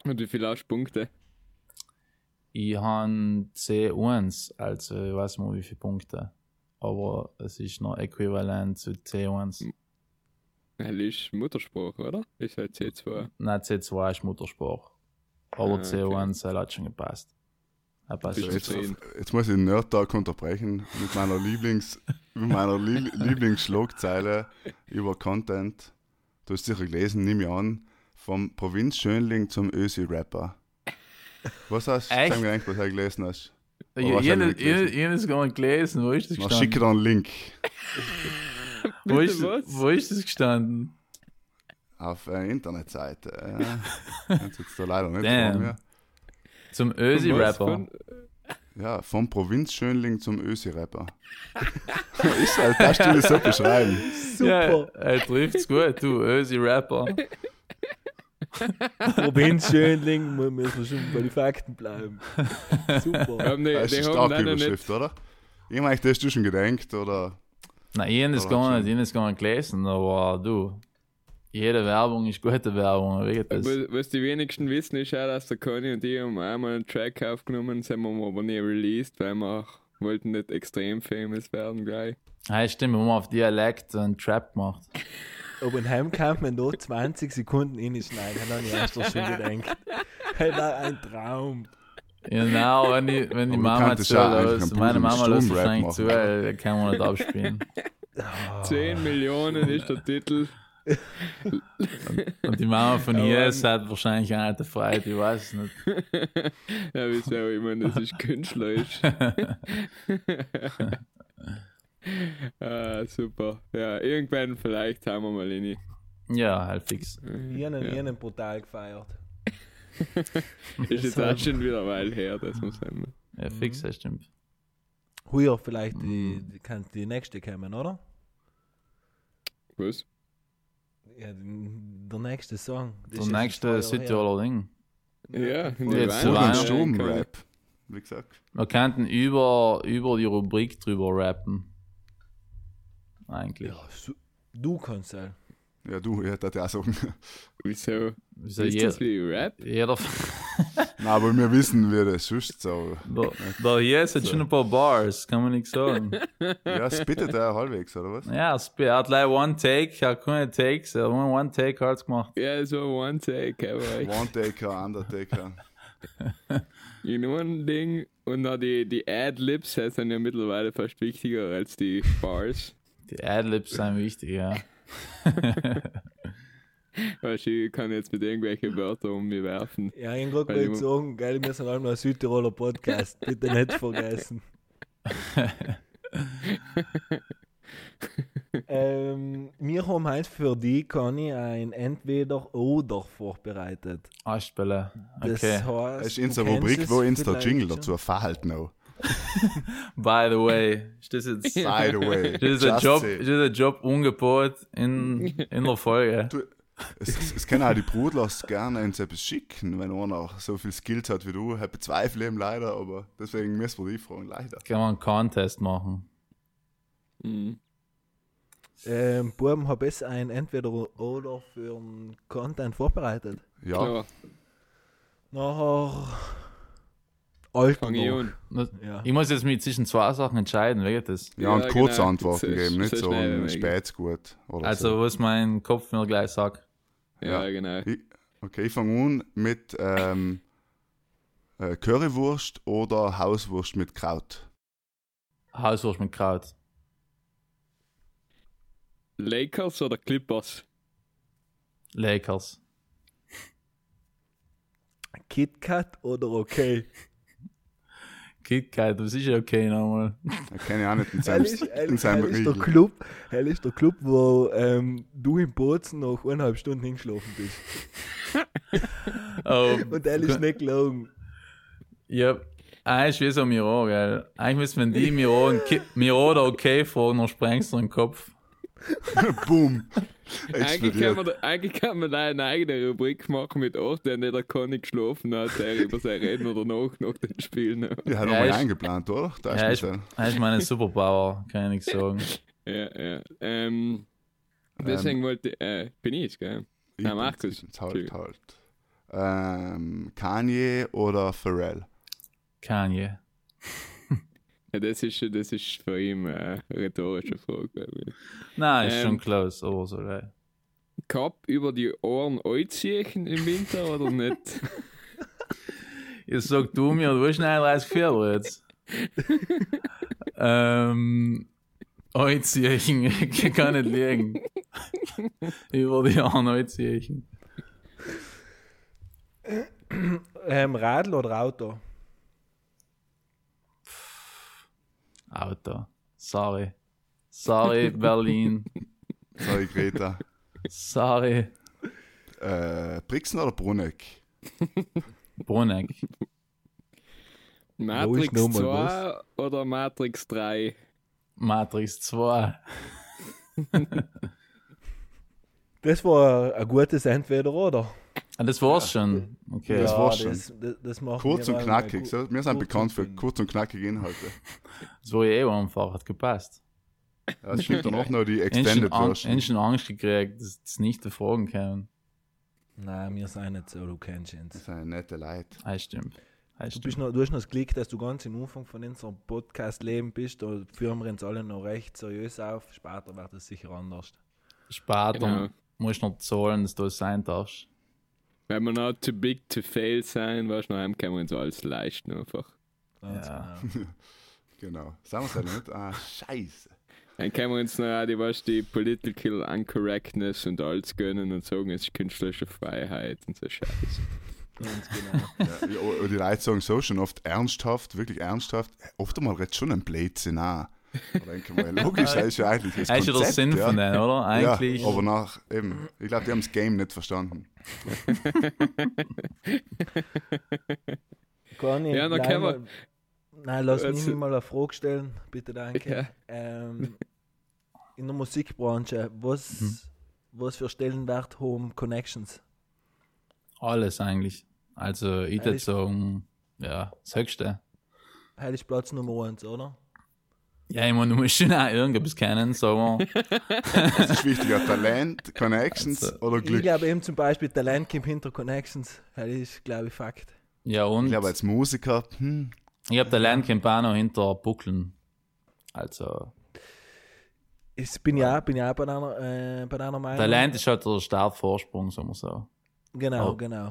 Speaker 5: Und wie viel hast du Punkte?
Speaker 3: Ich habe C1, also ich weiß nicht, wie viele Punkte. Aber es ist noch äquivalent zu C1.
Speaker 5: Das ist Muttersprache, oder? Ist halt C2.
Speaker 3: Nein, C2 ist Muttersprache. Aber
Speaker 5: Ah, okay.
Speaker 3: C1 äh, hat schon gepasst. Er passt
Speaker 5: Bist
Speaker 3: schon.
Speaker 5: du
Speaker 1: Jetzt,
Speaker 5: zufrieden?
Speaker 1: jetzt muss ich den Nerd Talk unterbrechen mit meiner Lieblings mit meiner Lie Lieblingsschlagzeile über Content. Du hast sicher gelesen, nimm ich an, vom Provinzschönling zum Ösi-Rapper. Was hast du
Speaker 3: Echt?
Speaker 1: zusammen gedacht, was du gelesen hast?
Speaker 3: Ich
Speaker 1: Aber
Speaker 3: ich- ich-
Speaker 1: wahrscheinlich nicht
Speaker 3: ich- ich habe es gar nicht gelesen. Wo ist das
Speaker 1: Na, schicke
Speaker 3: gestanden?
Speaker 1: dir einen Link
Speaker 3: Wo
Speaker 5: Bitte
Speaker 3: ist,
Speaker 5: was?
Speaker 3: wo ist das gestanden?
Speaker 1: auf eine Internetseite. Ja, kannst jetzt da leider nicht
Speaker 3: Damn.
Speaker 1: von mir.
Speaker 3: Zum
Speaker 5: Was
Speaker 3: Ösi-Rapper.
Speaker 5: von-
Speaker 1: Ja, vom Provinzschönling zum Ösi-Rapper. Ist halt, darfst du das so beschreiben.
Speaker 3: Ja,
Speaker 2: Super.
Speaker 3: er trifft's gut, du Ösi-Rapper.
Speaker 2: Provinz Schönling, mu- müssen wir schon bei den Fakten bleiben.
Speaker 5: Die
Speaker 2: Super.
Speaker 5: haben, die,
Speaker 1: Das
Speaker 5: die
Speaker 1: ist eine
Speaker 5: haben
Speaker 1: starke
Speaker 5: dann noch nicht.
Speaker 1: Überschrift, oder? Ich meine, das hast du schon gedenkt, oder?
Speaker 3: Nein, ich habe das
Speaker 1: Aber
Speaker 3: gar
Speaker 1: schon.
Speaker 3: nicht, ich habe das gar nicht gelesen, aber du, jede Werbung ist gute Werbung, wirklich das.
Speaker 5: Was, was die wenigsten wissen, ist auch, dass der Conny und ich haben einmal einen Track aufgenommen, das haben wir aber nie released, weil wir auch wollten nicht extrem famous werden gleich.
Speaker 3: Ja, stimmt, wenn man auf Dialekt einen Trap macht.
Speaker 2: Ob ein Heimkampf, wenn du 20 Sekunden reinschneiden, dann habe ich erst doch schon gedacht. Hey, war ein Traum.
Speaker 3: Genau, wenn die, wenn
Speaker 1: Aber
Speaker 3: die
Speaker 1: du
Speaker 3: Mama
Speaker 1: könntest ja eigentlich
Speaker 3: zuhört,
Speaker 1: einen
Speaker 3: meine
Speaker 1: Buben
Speaker 3: Mama lässt
Speaker 1: Sturmrap
Speaker 3: wahrscheinlich
Speaker 1: machen.
Speaker 3: zu, weil da kann man nicht abspielen. Ah.
Speaker 5: 10 Millionen ist der Titel.
Speaker 3: Und die Mama von
Speaker 5: Aber,
Speaker 3: ihr
Speaker 5: ähm,
Speaker 3: sagt wahrscheinlich eine alte Freude, ich weiß nicht.
Speaker 5: Ja, wieso? Ich meine, das ist künstlerisch. ah, super. Ja, irgendwann vielleicht haben wir mal in.
Speaker 3: Ja, halt fix.
Speaker 2: Ich habe ihn ja. brutal gefeiert.
Speaker 5: Ist jetzt auch schon wieder eine Weile her, das muss sein.
Speaker 3: Ja, fix, das stimmt.
Speaker 2: Huja, vielleicht die, die, kann die nächste kommen, oder?
Speaker 5: Was?
Speaker 2: Ja, die- der nächste Song. Das
Speaker 3: Der
Speaker 2: ist
Speaker 3: nächste
Speaker 2: jetzt zwei Jahre her.
Speaker 3: Südtiroler Ding.
Speaker 5: Ja,
Speaker 3: Jetzt
Speaker 5: Weihnachten-
Speaker 3: zu Weihnachten.
Speaker 1: Oder Stubenrap. Wie gesagt.
Speaker 3: Wir könnten über, über die Rubrik drüber rappen. Eigentlich.
Speaker 2: Ja, su- du kannst halt.
Speaker 1: Ja, du, ich hätte das ja auch sagen.
Speaker 5: Wieso?
Speaker 3: Wieso
Speaker 5: Ist
Speaker 3: jeder,
Speaker 5: das wie Rap?
Speaker 3: jeder,
Speaker 1: Nein, aber wir wissen, wie das ist. So.
Speaker 3: da, da hier ist jetzt schon ein paar Bars, kann man nicht sagen.
Speaker 1: Ja, spittet er halbwegs, oder was?
Speaker 3: Ja, es hat leider One Take, er hat keine Takes, er hat nur One Take halt gemacht.
Speaker 5: Ja, so One Take, aber ich-
Speaker 1: One Taker, Undertaker.
Speaker 5: in ein Ding und dann die, die Ad-Libs sind ja mittlerweile fast wichtiger als die Bars.
Speaker 3: Die Adlibs sind wichtig, ja.
Speaker 5: Weißt du, ich kann jetzt mit irgendwelchen Wörtern um mich werfen.
Speaker 2: Ja, ich wollte
Speaker 5: Weil
Speaker 2: gerade
Speaker 5: ich-
Speaker 2: sagen, geil, wir sind einmal ein Südtiroler Podcast. Bitte nicht vergessen. ähm, wir haben heute für dich, Conny, ein Entweder-Oder vorbereitet.
Speaker 3: Anspielen.
Speaker 2: Das
Speaker 3: Okay.
Speaker 2: heißt,
Speaker 1: Das ist
Speaker 2: du
Speaker 1: in so
Speaker 2: kennst
Speaker 1: Rubrik,
Speaker 2: es
Speaker 1: wo Insta
Speaker 2: vielleicht
Speaker 1: Jingle
Speaker 2: schon.
Speaker 1: dazu ein Verhalt noch.
Speaker 3: By the way, ist das jetzt. Das
Speaker 1: By the way.
Speaker 3: ist ein
Speaker 1: just
Speaker 3: Job,
Speaker 1: say.
Speaker 3: das ist ein Job ungebaut in, in der Folge.
Speaker 1: Du, es, es, es können auch die Brudlers gerne uns etwas schicken, wenn einer auch so viel Skills hat wie du. Ich bezweifle eben leider, aber deswegen müssen wir die fragen, leider.
Speaker 3: Kann man einen Contest machen.
Speaker 5: Mhm.
Speaker 2: Ähm, Buben, habe ich ein Entweder-Oder für den Content vorbereitet.
Speaker 1: Ja,
Speaker 5: Klar,
Speaker 2: Nachher. Alter.
Speaker 5: fang ich
Speaker 2: noch.
Speaker 5: an.
Speaker 3: Das-
Speaker 2: Ja.
Speaker 3: Ich muss jetzt mich zwischen zwei Sachen entscheiden, wie geht das?
Speaker 1: ja, und
Speaker 5: Ja,
Speaker 1: kurze
Speaker 5: genau.
Speaker 1: Antworten
Speaker 5: So-
Speaker 1: geben, nicht
Speaker 5: so
Speaker 1: so
Speaker 5: schnell wie
Speaker 1: ein
Speaker 5: möglich.
Speaker 1: Spätgut. oder so.
Speaker 3: Also, was mein Kopf mir gleich sagt.
Speaker 5: Ja,
Speaker 1: Ja.
Speaker 5: genau.
Speaker 1: Ich- Okay, ich fange an mit ähm, äh, Currywurst oder Hauswurst mit Kraut.
Speaker 3: Hauswurst mit Kraut.
Speaker 5: Lakers oder Clippers?
Speaker 3: Lakers.
Speaker 2: KitKat oder okay?
Speaker 3: KitKat, das ist ja okay nochmal.
Speaker 1: Da kenne ich auch nicht in seinem,
Speaker 2: Hell ist, hell,
Speaker 1: in
Speaker 2: ist-
Speaker 1: seinem
Speaker 2: hell ist der
Speaker 1: Riegel.
Speaker 2: Club, hell ist der Club, wo ähm, du in Bozen nach eineinhalb Stunden hingeschlafen bist.
Speaker 3: Oh,
Speaker 2: Und hell ist nicht gelogen.
Speaker 3: ja. Eigentlich wie so Miro, gell. Eigentlich müssen wir die Miro und Ki Miro oder okay fragen, dann sprengst du den Kopf.
Speaker 1: Boom.
Speaker 5: Eigentlich kann,
Speaker 1: Explodiert.
Speaker 5: man, da- eigentlich kann man da eine eigene Rubrik machen mit Orten, an denen der Conny geschlafen hat, der über sein Reden oder nach, nach den Spielen.
Speaker 1: Ja, hat er
Speaker 3: Ja,
Speaker 1: mal
Speaker 3: ist-
Speaker 1: eingeplant, oder? Da
Speaker 3: Ja,
Speaker 1: ist
Speaker 3: ist,
Speaker 1: ja,
Speaker 3: das Ah, ist meine Superpower, kann ich nicht sagen.
Speaker 5: Ja, ja. Ähm,
Speaker 2: Ähm.
Speaker 5: deswegen wollte äh, bin ich es, gell? Na, Markus.
Speaker 1: Jetzt halt, halt. Ähm, Kanye oder Pharrell?
Speaker 3: Kanye.
Speaker 5: Ja, das ist das ist für ihn eine rhetorische Frage, glaube ich.
Speaker 3: Nein, ist
Speaker 5: Ähm.
Speaker 3: schon close, aber so, right.
Speaker 5: Kopf über die Ohren einziehen im Winter oder nicht?
Speaker 3: Jetzt sag du mir, du hast 39 Pferde jetzt. ähm, Einziehen, ich kann nicht liegen. Über die Ohren einziehen.
Speaker 2: Ähm, Radl oder Auto?
Speaker 3: Auto. Sorry. Sorry, Berlin.
Speaker 1: Sorry, Greta.
Speaker 3: Sorry,
Speaker 1: äh, Brixen oder Bruneck?
Speaker 3: Bruneck.
Speaker 5: Matrix
Speaker 2: noch mal
Speaker 5: 2 oder Matrix 3?
Speaker 3: Matrix 2.
Speaker 2: Das war ein gutes Entweder-Oder.
Speaker 3: Ah, das war's schon. Okay.
Speaker 1: Das war's schon.
Speaker 2: Das, das, das macht
Speaker 1: Kurz
Speaker 2: mir
Speaker 1: und
Speaker 2: mal-
Speaker 1: knackig. so. Wir sind
Speaker 2: kurz
Speaker 1: bekannt
Speaker 2: und
Speaker 1: für
Speaker 2: knackig.
Speaker 1: kurz und knackige Inhalte.
Speaker 3: Das war ja eh einfach, hat gepasst.
Speaker 1: Ja, es stimmt dann auch noch die
Speaker 3: Menschen
Speaker 1: Extended Version.
Speaker 3: Angst gekriegt, dass das nicht die Fragen kommen.
Speaker 2: Nein, wir sind nicht so, du kennst
Speaker 1: Das
Speaker 2: uns.
Speaker 1: sind nette Leute.
Speaker 3: Ah, stimmt. Ah,
Speaker 2: Du,
Speaker 3: stimmt.
Speaker 2: bist noch, du hast noch das Glück, dass du ganz am Anfang von unserem Podcast-Leben bist. Da führen wir uns alle noch recht seriös auf. Später wird es sicher anders.
Speaker 3: Später
Speaker 5: Genau.
Speaker 3: musst du noch zahlen, dass du es sein darfst.
Speaker 5: Wenn wir noch too big to fail sein, weißt du, dann können wir uns alles leisten einfach.
Speaker 2: Ganz
Speaker 3: Ja.
Speaker 2: genau.
Speaker 1: Genau. Sagen wir es ja nicht. Ah, scheiße.
Speaker 5: Dann können wir uns noch auch die, weißt, du, die Political Uncorrectness und alles gönnen und sagen, es ist künstlerische Freiheit und so Scheiße.
Speaker 2: Ganz genau.
Speaker 1: Ja, ja, und die Leute sagen so schon oft ernsthaft, wirklich ernsthaft. Oft einmal redet schon ein Blödsinn an. Da denke ich mal, Logisch, das ist ja eigentlich das
Speaker 3: Das ist ja der
Speaker 1: Konzept,
Speaker 3: Sinn
Speaker 1: ja.
Speaker 3: von denen, oder? Eigentlich.
Speaker 1: Ja, aber nach, eben, ich glaube, die haben das Game nicht verstanden.
Speaker 2: Conny,
Speaker 5: Ja, dann
Speaker 2: bleib
Speaker 5: können wir-
Speaker 2: mal- Nein, lass
Speaker 5: Also-
Speaker 2: mich mal eine Frage stellen. Bitte, danke.
Speaker 5: Ja.
Speaker 2: Ähm, in der Musikbranche, was,
Speaker 1: Mhm.
Speaker 2: was für Stellenwert haben Connections?
Speaker 3: Alles eigentlich. Also, ich würde
Speaker 2: Ehrlich?
Speaker 3: sagen, ja, das Höchste.
Speaker 2: Heil ist Platz Nummer 1, oder?
Speaker 3: Ja, ich meine, du musst schon auch irgendwas kennen, sagen wir.
Speaker 1: Das ist wichtiger. Talent, Connections
Speaker 3: Also,
Speaker 1: oder
Speaker 2: Ich
Speaker 1: Glück. Ich
Speaker 2: glaube eben zum Beispiel, Talent kommt hinter Connections. Heil ist, glaube ich, Fakt.
Speaker 3: Ja, und
Speaker 1: glaube, als Musiker, hm,
Speaker 3: ich habe der Lernkampano hinter Buckeln. Also,
Speaker 2: Ich bin ja, bin ja auch bei einer, äh, bei einer Meinung.
Speaker 3: der Land ist halt der Startvorsprung, sagen wir so.
Speaker 2: Genau,
Speaker 3: Oh.
Speaker 2: genau.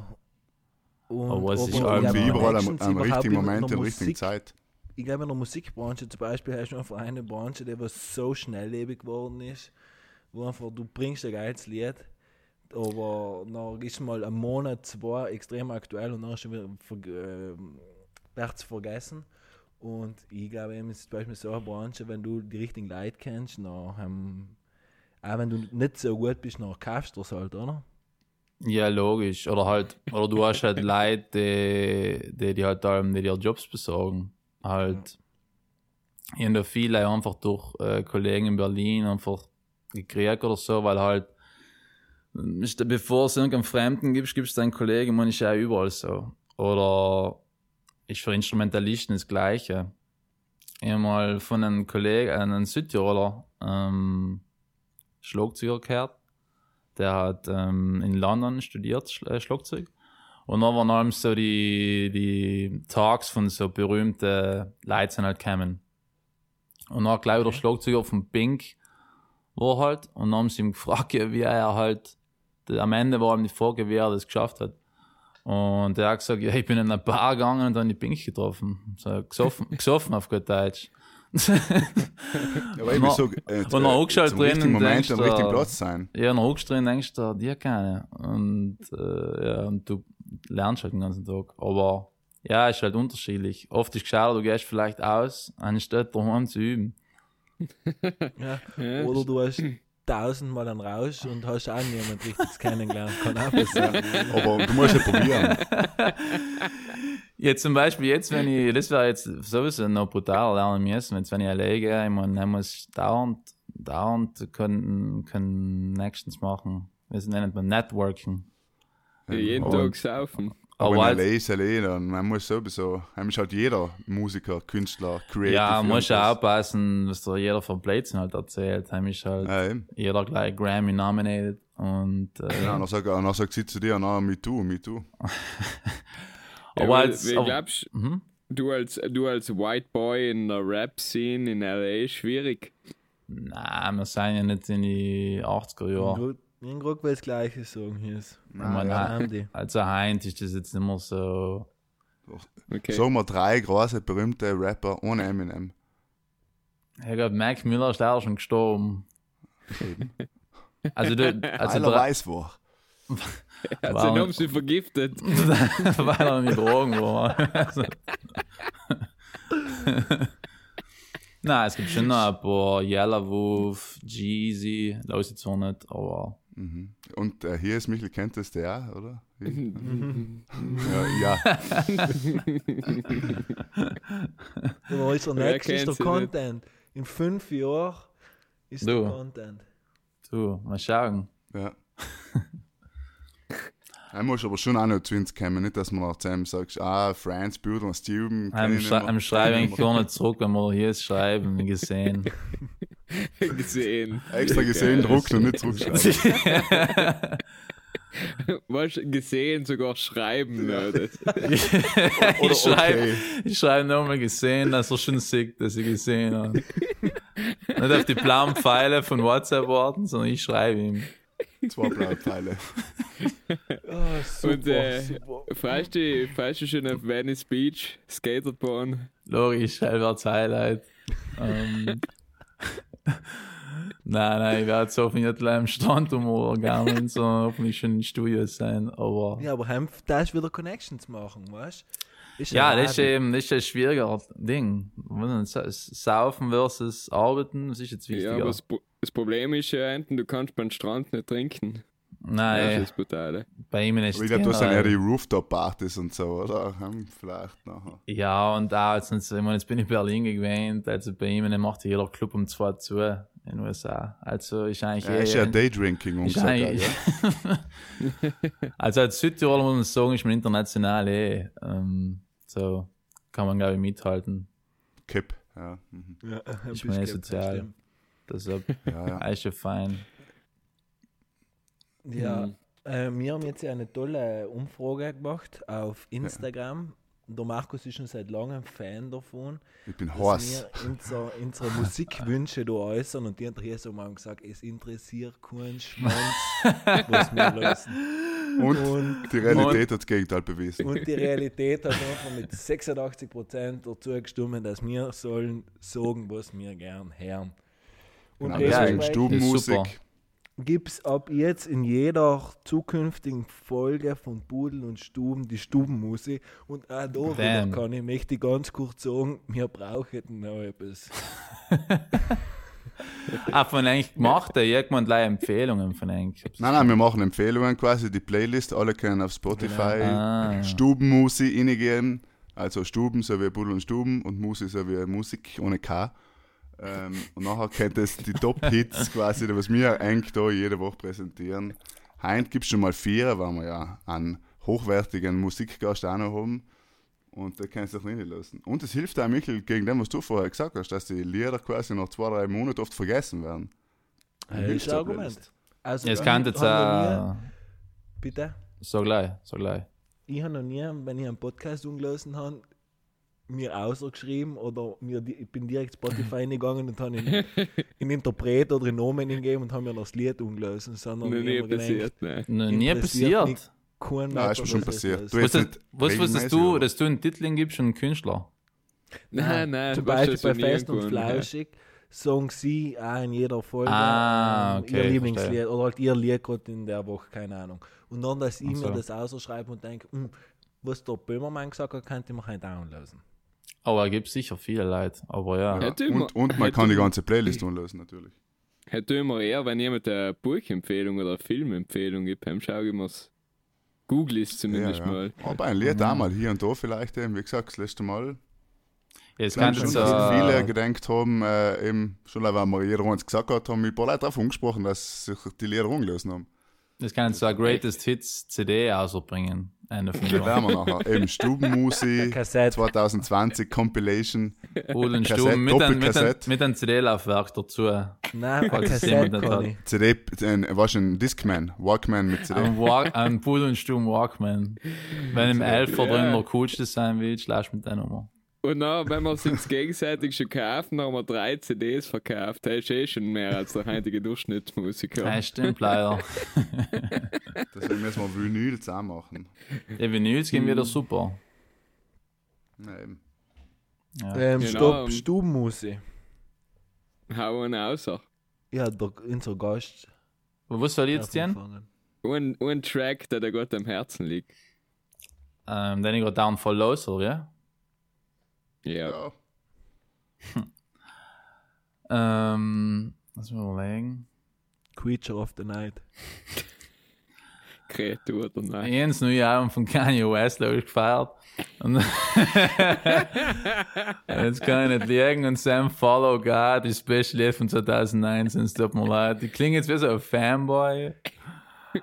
Speaker 2: Und,
Speaker 5: Oh,
Speaker 3: Aber es ist
Speaker 2: ich
Speaker 3: irgendwie
Speaker 2: glaube,
Speaker 1: wie überall am,
Speaker 2: Connections
Speaker 1: am
Speaker 2: überhaupt
Speaker 1: richtigen
Speaker 2: in der
Speaker 1: Moment, in der
Speaker 2: Musik-
Speaker 1: richtigen Zeit.
Speaker 2: Ich glaube, in der Musikbranche zum Beispiel hast du einfach eine Branche, die was so schnelllebig geworden ist, wo einfach du bringst ein geiles Lied, aber nach ist mal ein Monat, zwei extrem aktuell und dann ist schon wieder ver äh, vergessen. Und ich glaube eben, es ist zum Beispiel so eine Branche, wenn du die richtigen Leute kennst, dann, ähm, auch wenn du nicht so gut bist, dann kaufst du es halt, oder?
Speaker 3: Ja, logisch. Oder halt, oder du hast halt Leute, die, die, die halt allem die dir Jobs besorgen. Halt. Ich habe da viele einfach durch äh, Kollegen in Berlin einfach gekriegt oder so, weil halt, ähm, ist da- bevor es irgendeinem Fremden gibst, gibst du deinen Kollegen, man ist ja überall so. Oder ist für Instrumentalisten das Gleiche. Ich hab mal von einem Kollegen, äh, einem Südtiroler, ähm, Schlagzeuger gehört der hat ähm, in London studiert, Schl äh, Schlagzeug. Und dann waren allem so die, die Talks von so berühmten Leuten sind halt gekommen. Und dann gleich wieder Schlagzeuger von Pink war halt. Und dann haben sie ihn gefragt, ja, wie er halt, am Ende war ihm die Frage, wie er das geschafft hat. Und der hat gesagt, ja, ich bin in eine Bar gegangen und dann die Pink getroffen. So, gesoffen, gesoffen auf gut Deutsch.
Speaker 1: Ja, Aber eben
Speaker 3: Und
Speaker 1: so, äh,
Speaker 3: und noch angeschaut
Speaker 1: zum
Speaker 3: drin
Speaker 1: richtigen
Speaker 3: und
Speaker 1: Moment
Speaker 3: denkst,
Speaker 1: am richtigen
Speaker 3: äh,
Speaker 1: Platz sein.
Speaker 3: Ja, in Hochstrehen denkst du, dir keine. Und, äh, ja, und du lernst halt den ganzen Tag. Aber ja, ist halt unterschiedlich. Oft ist es gescheiter, du gehst vielleicht aus, anstatt daheim zu üben.
Speaker 2: Ja.
Speaker 5: Ja,
Speaker 2: Oder du hast tausendmal einen Rausch und hast auch niemand richtiges kennengelernt. Kann auch passieren.
Speaker 1: Aber du musst ja probieren.
Speaker 3: Jetzt zum Beispiel, jetzt, wenn ich, das wäre jetzt sowieso noch brutal lernen müssen, jetzt, wenn ich alleine gehe, ich meine, dann muss ich dauernd dauernd können, Connections machen. Das nennt man Networking.
Speaker 5: Jeden
Speaker 3: Aber-
Speaker 5: Tag saufen.
Speaker 1: Aber
Speaker 3: halt-
Speaker 1: in LA ist LA, dann man muss sowieso, man ist halt jeder Musiker, Künstler, Creative.
Speaker 3: ja, musst ja
Speaker 1: irgendwas.
Speaker 3: aufpassen, was da jeder von Blödsinn halt erzählt. Heim ist halt
Speaker 1: Ja, eben.
Speaker 3: jeder gleich Grammy nominated und äh,
Speaker 1: Ja, und dann sagt, und dann sagt sie zu dir, na, me too, me too.
Speaker 5: Ja,
Speaker 3: aber
Speaker 5: weil-
Speaker 3: als
Speaker 5: weil
Speaker 3: aber-
Speaker 5: glaubst,
Speaker 3: Mhm.
Speaker 5: du als, du als White Boy in der Rap-Scene in L.A. schwierig.
Speaker 3: na, wir sind ja nicht in die 80er Jahre.
Speaker 2: In Gru- In Gruck will das Gleiche sagen hier. ist.
Speaker 1: Ah,
Speaker 3: Man
Speaker 1: ja.
Speaker 3: hat-
Speaker 2: AMD.
Speaker 3: Also Heinz ist das jetzt nicht mehr so.
Speaker 5: Okay.
Speaker 1: Sagen wir drei große, berühmte Rapper ohne Eminem.
Speaker 3: Ich glaube, Mac Miller ist leider schon gestorben. Also, du, also
Speaker 1: Einer
Speaker 3: der-
Speaker 1: weiß wo.
Speaker 5: Hat
Speaker 3: Wow.
Speaker 5: sie Also, haben sie vergiftet.
Speaker 3: weil er nicht Drogen war. Also. Nein, es gibt schon noch ein paar Yellow Wolf, Jeezy, los jetzt auch nicht, aber
Speaker 1: Mhm. Und äh, hier ist Michel, kennt das der auch, oder? ja, ja.
Speaker 2: Aber unser
Speaker 5: Wer
Speaker 2: Next ist der
Speaker 5: kennt's nicht?
Speaker 2: Content. In fünf Jahren ist
Speaker 3: Du.
Speaker 2: der Content.
Speaker 3: du, mal schauen.
Speaker 1: ja. Man muss aber schon auch noch zu uns kommen, nicht, dass man nach Sam sagst, ah, Friends, Build und Steven. kenn
Speaker 3: Am
Speaker 1: ich nicht mehr, kenn ich
Speaker 3: Schreiben
Speaker 1: nicht
Speaker 3: eigentlich
Speaker 1: mehr.
Speaker 3: gar nicht zurück, wenn wir hier das schreiben, gesehen.
Speaker 5: gesehen.
Speaker 1: Extra gesehen,
Speaker 5: Ja,
Speaker 1: druckt und nicht zurückschreiben.
Speaker 5: Was gesehen, sogar schreiben. Ja.
Speaker 3: ich schreibe ich schreib nochmal gesehen, dass er schon sieht, dass ich gesehen habe. Nicht auf die blauen Pfeile von WhatsApp warten, sondern ich schreibe ihm.
Speaker 1: Zwei blaue Teile.
Speaker 2: Ah, super,
Speaker 5: Und äh,
Speaker 2: super.
Speaker 5: fragst du, fragst du schon auf Venice Beach, Skaterporn?
Speaker 3: Logisch, Albert Highlight. Ähm, nein, nein, ich werde hoffentlich nicht gleich am Strand umgehen, sondern hoffentlich schon im Studio sein. Aber ja,
Speaker 2: Ja, aber heim, da ist wieder Connections machen, weißt du? Ist
Speaker 3: das ist äh,
Speaker 2: Radl.
Speaker 3: eben das ist ein schwieriger Ding. Muss man sa- Saufen versus Arbeiten, das ist jetzt
Speaker 5: Ja,
Speaker 3: wichtiger.
Speaker 5: aber das, Pro- das Problem ist ja, enten, du kannst beim Strand nicht trinken.
Speaker 2: Ah,
Speaker 5: Das
Speaker 3: nein,
Speaker 5: ist das Brutale.
Speaker 3: bei ihm ist
Speaker 1: Aber ich
Speaker 3: es genau
Speaker 1: glaube, das sind ja die
Speaker 3: generell-
Speaker 1: Rooftop-Partys und so, oder? Hm, Vielleicht nachher.
Speaker 3: Ja, und da jetzt, nicht so- ich meine, jetzt bin ich in Berlin gewähnt, also bei ihm macht jeder Club um zwei zu in den USA. Also ist eigentlich
Speaker 1: Ja,
Speaker 3: eh-
Speaker 1: ist ja Daydrinking und
Speaker 3: Ist
Speaker 1: so.
Speaker 3: eigentlich-
Speaker 1: gell?
Speaker 3: also als Südtiroler muss man sagen, ist man international eh. Ähm, so kann man, glaube ich, mithalten.
Speaker 1: Kipp. Ja, mhm.
Speaker 2: Ja, ein
Speaker 3: Ich meine,
Speaker 2: bisschen,
Speaker 3: sozial.
Speaker 2: stimmt.
Speaker 3: Deshalb
Speaker 1: ja, ja.
Speaker 3: ist schon fein.
Speaker 2: Ja,
Speaker 5: Mhm.
Speaker 2: äh, wir haben jetzt eine tolle Umfrage gemacht auf Instagram. Der Markus ist schon seit langem Fan davon,
Speaker 1: Ich bin
Speaker 2: dass
Speaker 1: Horst.
Speaker 2: wir unser, unsere Musikwünsche da äußern und die haben hier so mal gesagt, es interessiert keinen Schwanz, was wir lassen.
Speaker 1: Und die Realität hat das Gegenteil bewiesen.
Speaker 2: Und die Realität hat einfach mit 86% dazu gestimmt, dass wir sollen sagen, was wir gern hören. Und
Speaker 1: Genau,
Speaker 3: Ja,
Speaker 1: deswegen
Speaker 3: ist
Speaker 2: dementsprechend
Speaker 1: Stubenmusik.
Speaker 3: super.
Speaker 2: gibt es ab jetzt in jeder zukünftigen Folge von Pudel und Stuben die Stubenmusik. Und auch da wieder
Speaker 3: Damn.
Speaker 2: kann ich möchte ganz kurz sagen, wir brauchen noch etwas.
Speaker 3: Ah, von eigentlich gemacht, ey. irgendwann gleich Empfehlungen von eigentlich.
Speaker 1: Nein, nein, wir machen Empfehlungen quasi, die Playlist, alle können auf Spotify
Speaker 3: Ah.
Speaker 1: Stubenmusi innegehen, also Stuben so wie Buddel und Stuben und Musi so wie Musik ohne K. Ähm, und nachher kennt es die Top-Hits quasi, die was wir eigentlich da jede Woche präsentieren. Heint gibt schon mal vier, weil wir ja an hochwertigen Musikgast auch noch haben. Und da kannst du dich nicht lassen. Und es hilft auch, Michael, gegen dem, was du vorher gesagt hast, dass die Lieder quasi nach zwei, drei Monaten oft vergessen werden.
Speaker 2: Das
Speaker 1: hilft
Speaker 2: ist ein
Speaker 1: so
Speaker 2: Argument.
Speaker 1: blöd.
Speaker 2: Also
Speaker 3: Jetzt
Speaker 2: ich
Speaker 3: kann jetzt
Speaker 2: habe
Speaker 1: äh,
Speaker 2: noch
Speaker 3: auch.
Speaker 2: nie- Bitte?
Speaker 3: So gleich, so gleich.
Speaker 2: Ich habe noch nie, wenn ich einen Podcast umgelassen habe, mir ausgeschrieben oder mir, di- ich bin direkt Spotify eingegangen und habe in, in Interpret oder in Nomen gegeben und habe mir das Lied umgelesen, sondern
Speaker 5: Noch
Speaker 2: ich
Speaker 5: nie
Speaker 2: habe mir gedacht,
Speaker 5: passiert, ne?
Speaker 3: Noch nie
Speaker 2: Interessiert
Speaker 3: passiert.
Speaker 2: mich
Speaker 1: Nein,
Speaker 2: kein
Speaker 1: ist mir
Speaker 2: Mensch,
Speaker 1: schon
Speaker 2: was das
Speaker 1: passiert.
Speaker 2: ist.
Speaker 1: Du- Jetzt
Speaker 3: Was, das,
Speaker 1: nicht
Speaker 3: was wusstest
Speaker 1: regelmäßig,
Speaker 3: du,
Speaker 1: aber-
Speaker 3: dass du einen Titel gibst und einen Künstler?
Speaker 5: Nein, nein,
Speaker 2: Zum
Speaker 5: weißt
Speaker 2: Beispiel
Speaker 5: das
Speaker 2: bei
Speaker 5: ja nie
Speaker 2: Fest und
Speaker 5: irgendwann, ja.
Speaker 2: Flauschig sagen sie auch in jeder Folge
Speaker 3: Ah,
Speaker 2: ähm,
Speaker 3: okay,
Speaker 2: ihr
Speaker 3: verstehe.
Speaker 2: Lieblingslied oder halt ihr Lied gerade in der Woche, keine Ahnung. Und dann, dass ich
Speaker 3: Ach so.
Speaker 2: mir das ausschreibe und denke, hm, was der Böhmermann gesagt hat, könnte ich mir heute auch lösen.
Speaker 3: Aber er gibt sicher viele Leute. Aber ja.
Speaker 5: Hätte ich mal-
Speaker 1: Und, und man
Speaker 5: hätte
Speaker 1: kann die
Speaker 5: ich-
Speaker 1: ganze Playlist unlösen, natürlich.
Speaker 5: Hätte immer eher, wenn jemand eine Buchempfehlung oder eine Filmempfehlung gibt, dann schaue ich mir Google ist
Speaker 1: Ja,
Speaker 5: zumindest
Speaker 1: ja.
Speaker 5: mal.
Speaker 1: Aber ein Lied auch mal hier und da vielleicht eben, wie gesagt, das letzte Mal.
Speaker 3: Jetzt
Speaker 1: Ich glaube
Speaker 3: kann
Speaker 1: schon,
Speaker 3: es
Speaker 1: dass viele
Speaker 3: äh,
Speaker 1: gedacht haben, äh, eben, schon allein, weil wir Regierung uns gesagt hat, haben mich ein paar Leute darauf angesprochen, dass sich die Lehrer umgelesen haben.
Speaker 3: jetzt kann so eine Greatest Hits also CD ausbringen. Ende vom
Speaker 1: Da
Speaker 5: Genau.
Speaker 3: Jahr.
Speaker 1: werden wir nachher. Eben Stubenmusi
Speaker 2: Kassette.
Speaker 1: 2020 Compilation.
Speaker 3: Holen
Speaker 1: Kassette,
Speaker 3: Stuben mit einem mit ein,
Speaker 1: Doppelkassette.
Speaker 3: mit ein CD-Laufwerk dazu. Ein
Speaker 2: Nein,
Speaker 3: Falls es
Speaker 2: Kassette
Speaker 3: jemand nicht
Speaker 2: kann
Speaker 3: hat.
Speaker 2: ich.
Speaker 1: CD, äh, war schon Discman, Walkman mit CD.
Speaker 5: Ah.
Speaker 3: Walk- ein Pudel und Stuben Walkman. Wenn im Elfer drin der coolste sein willst, lass mit der Nummer.
Speaker 5: Und dann, wenn wir es uns gegenseitig schon kaufen, dann haben wir drei CDs verkauft. Das ist eh schon mehr als der heutige Durchschnittsmusiker.
Speaker 3: Ja, stimmt, leider.
Speaker 1: Deswegen müssen wir Vinyl zusammen machen.
Speaker 3: Die Vinyls gehen wieder super.
Speaker 1: Ja, eben.
Speaker 3: Ja.
Speaker 2: Ähm,
Speaker 5: Genau,
Speaker 2: Stopp,
Speaker 5: ähm.
Speaker 2: Stubenmusik.
Speaker 5: Hau einen raus.
Speaker 2: Ja, der, unser Gast.
Speaker 3: Aber Was soll ich jetzt denn?
Speaker 2: anfangen.
Speaker 5: Ein, ein Track, der dir Gott am Herzen liegt.
Speaker 3: Ähm, dann ich gerade Downfall los, oder? Ja?
Speaker 5: Ja.
Speaker 1: Ja.
Speaker 3: Ähm, lass mich überlegen.
Speaker 2: Creature of the Night.
Speaker 5: Kreatur oder nein.
Speaker 3: Ich habe das neue Album von Kanye West logisch gefeiert. Und jetzt kann ich nicht liegen und Sam Follow God, das beste Lied von 2019, es tut mir leid. Die klingt jetzt wie so ein Fanboy.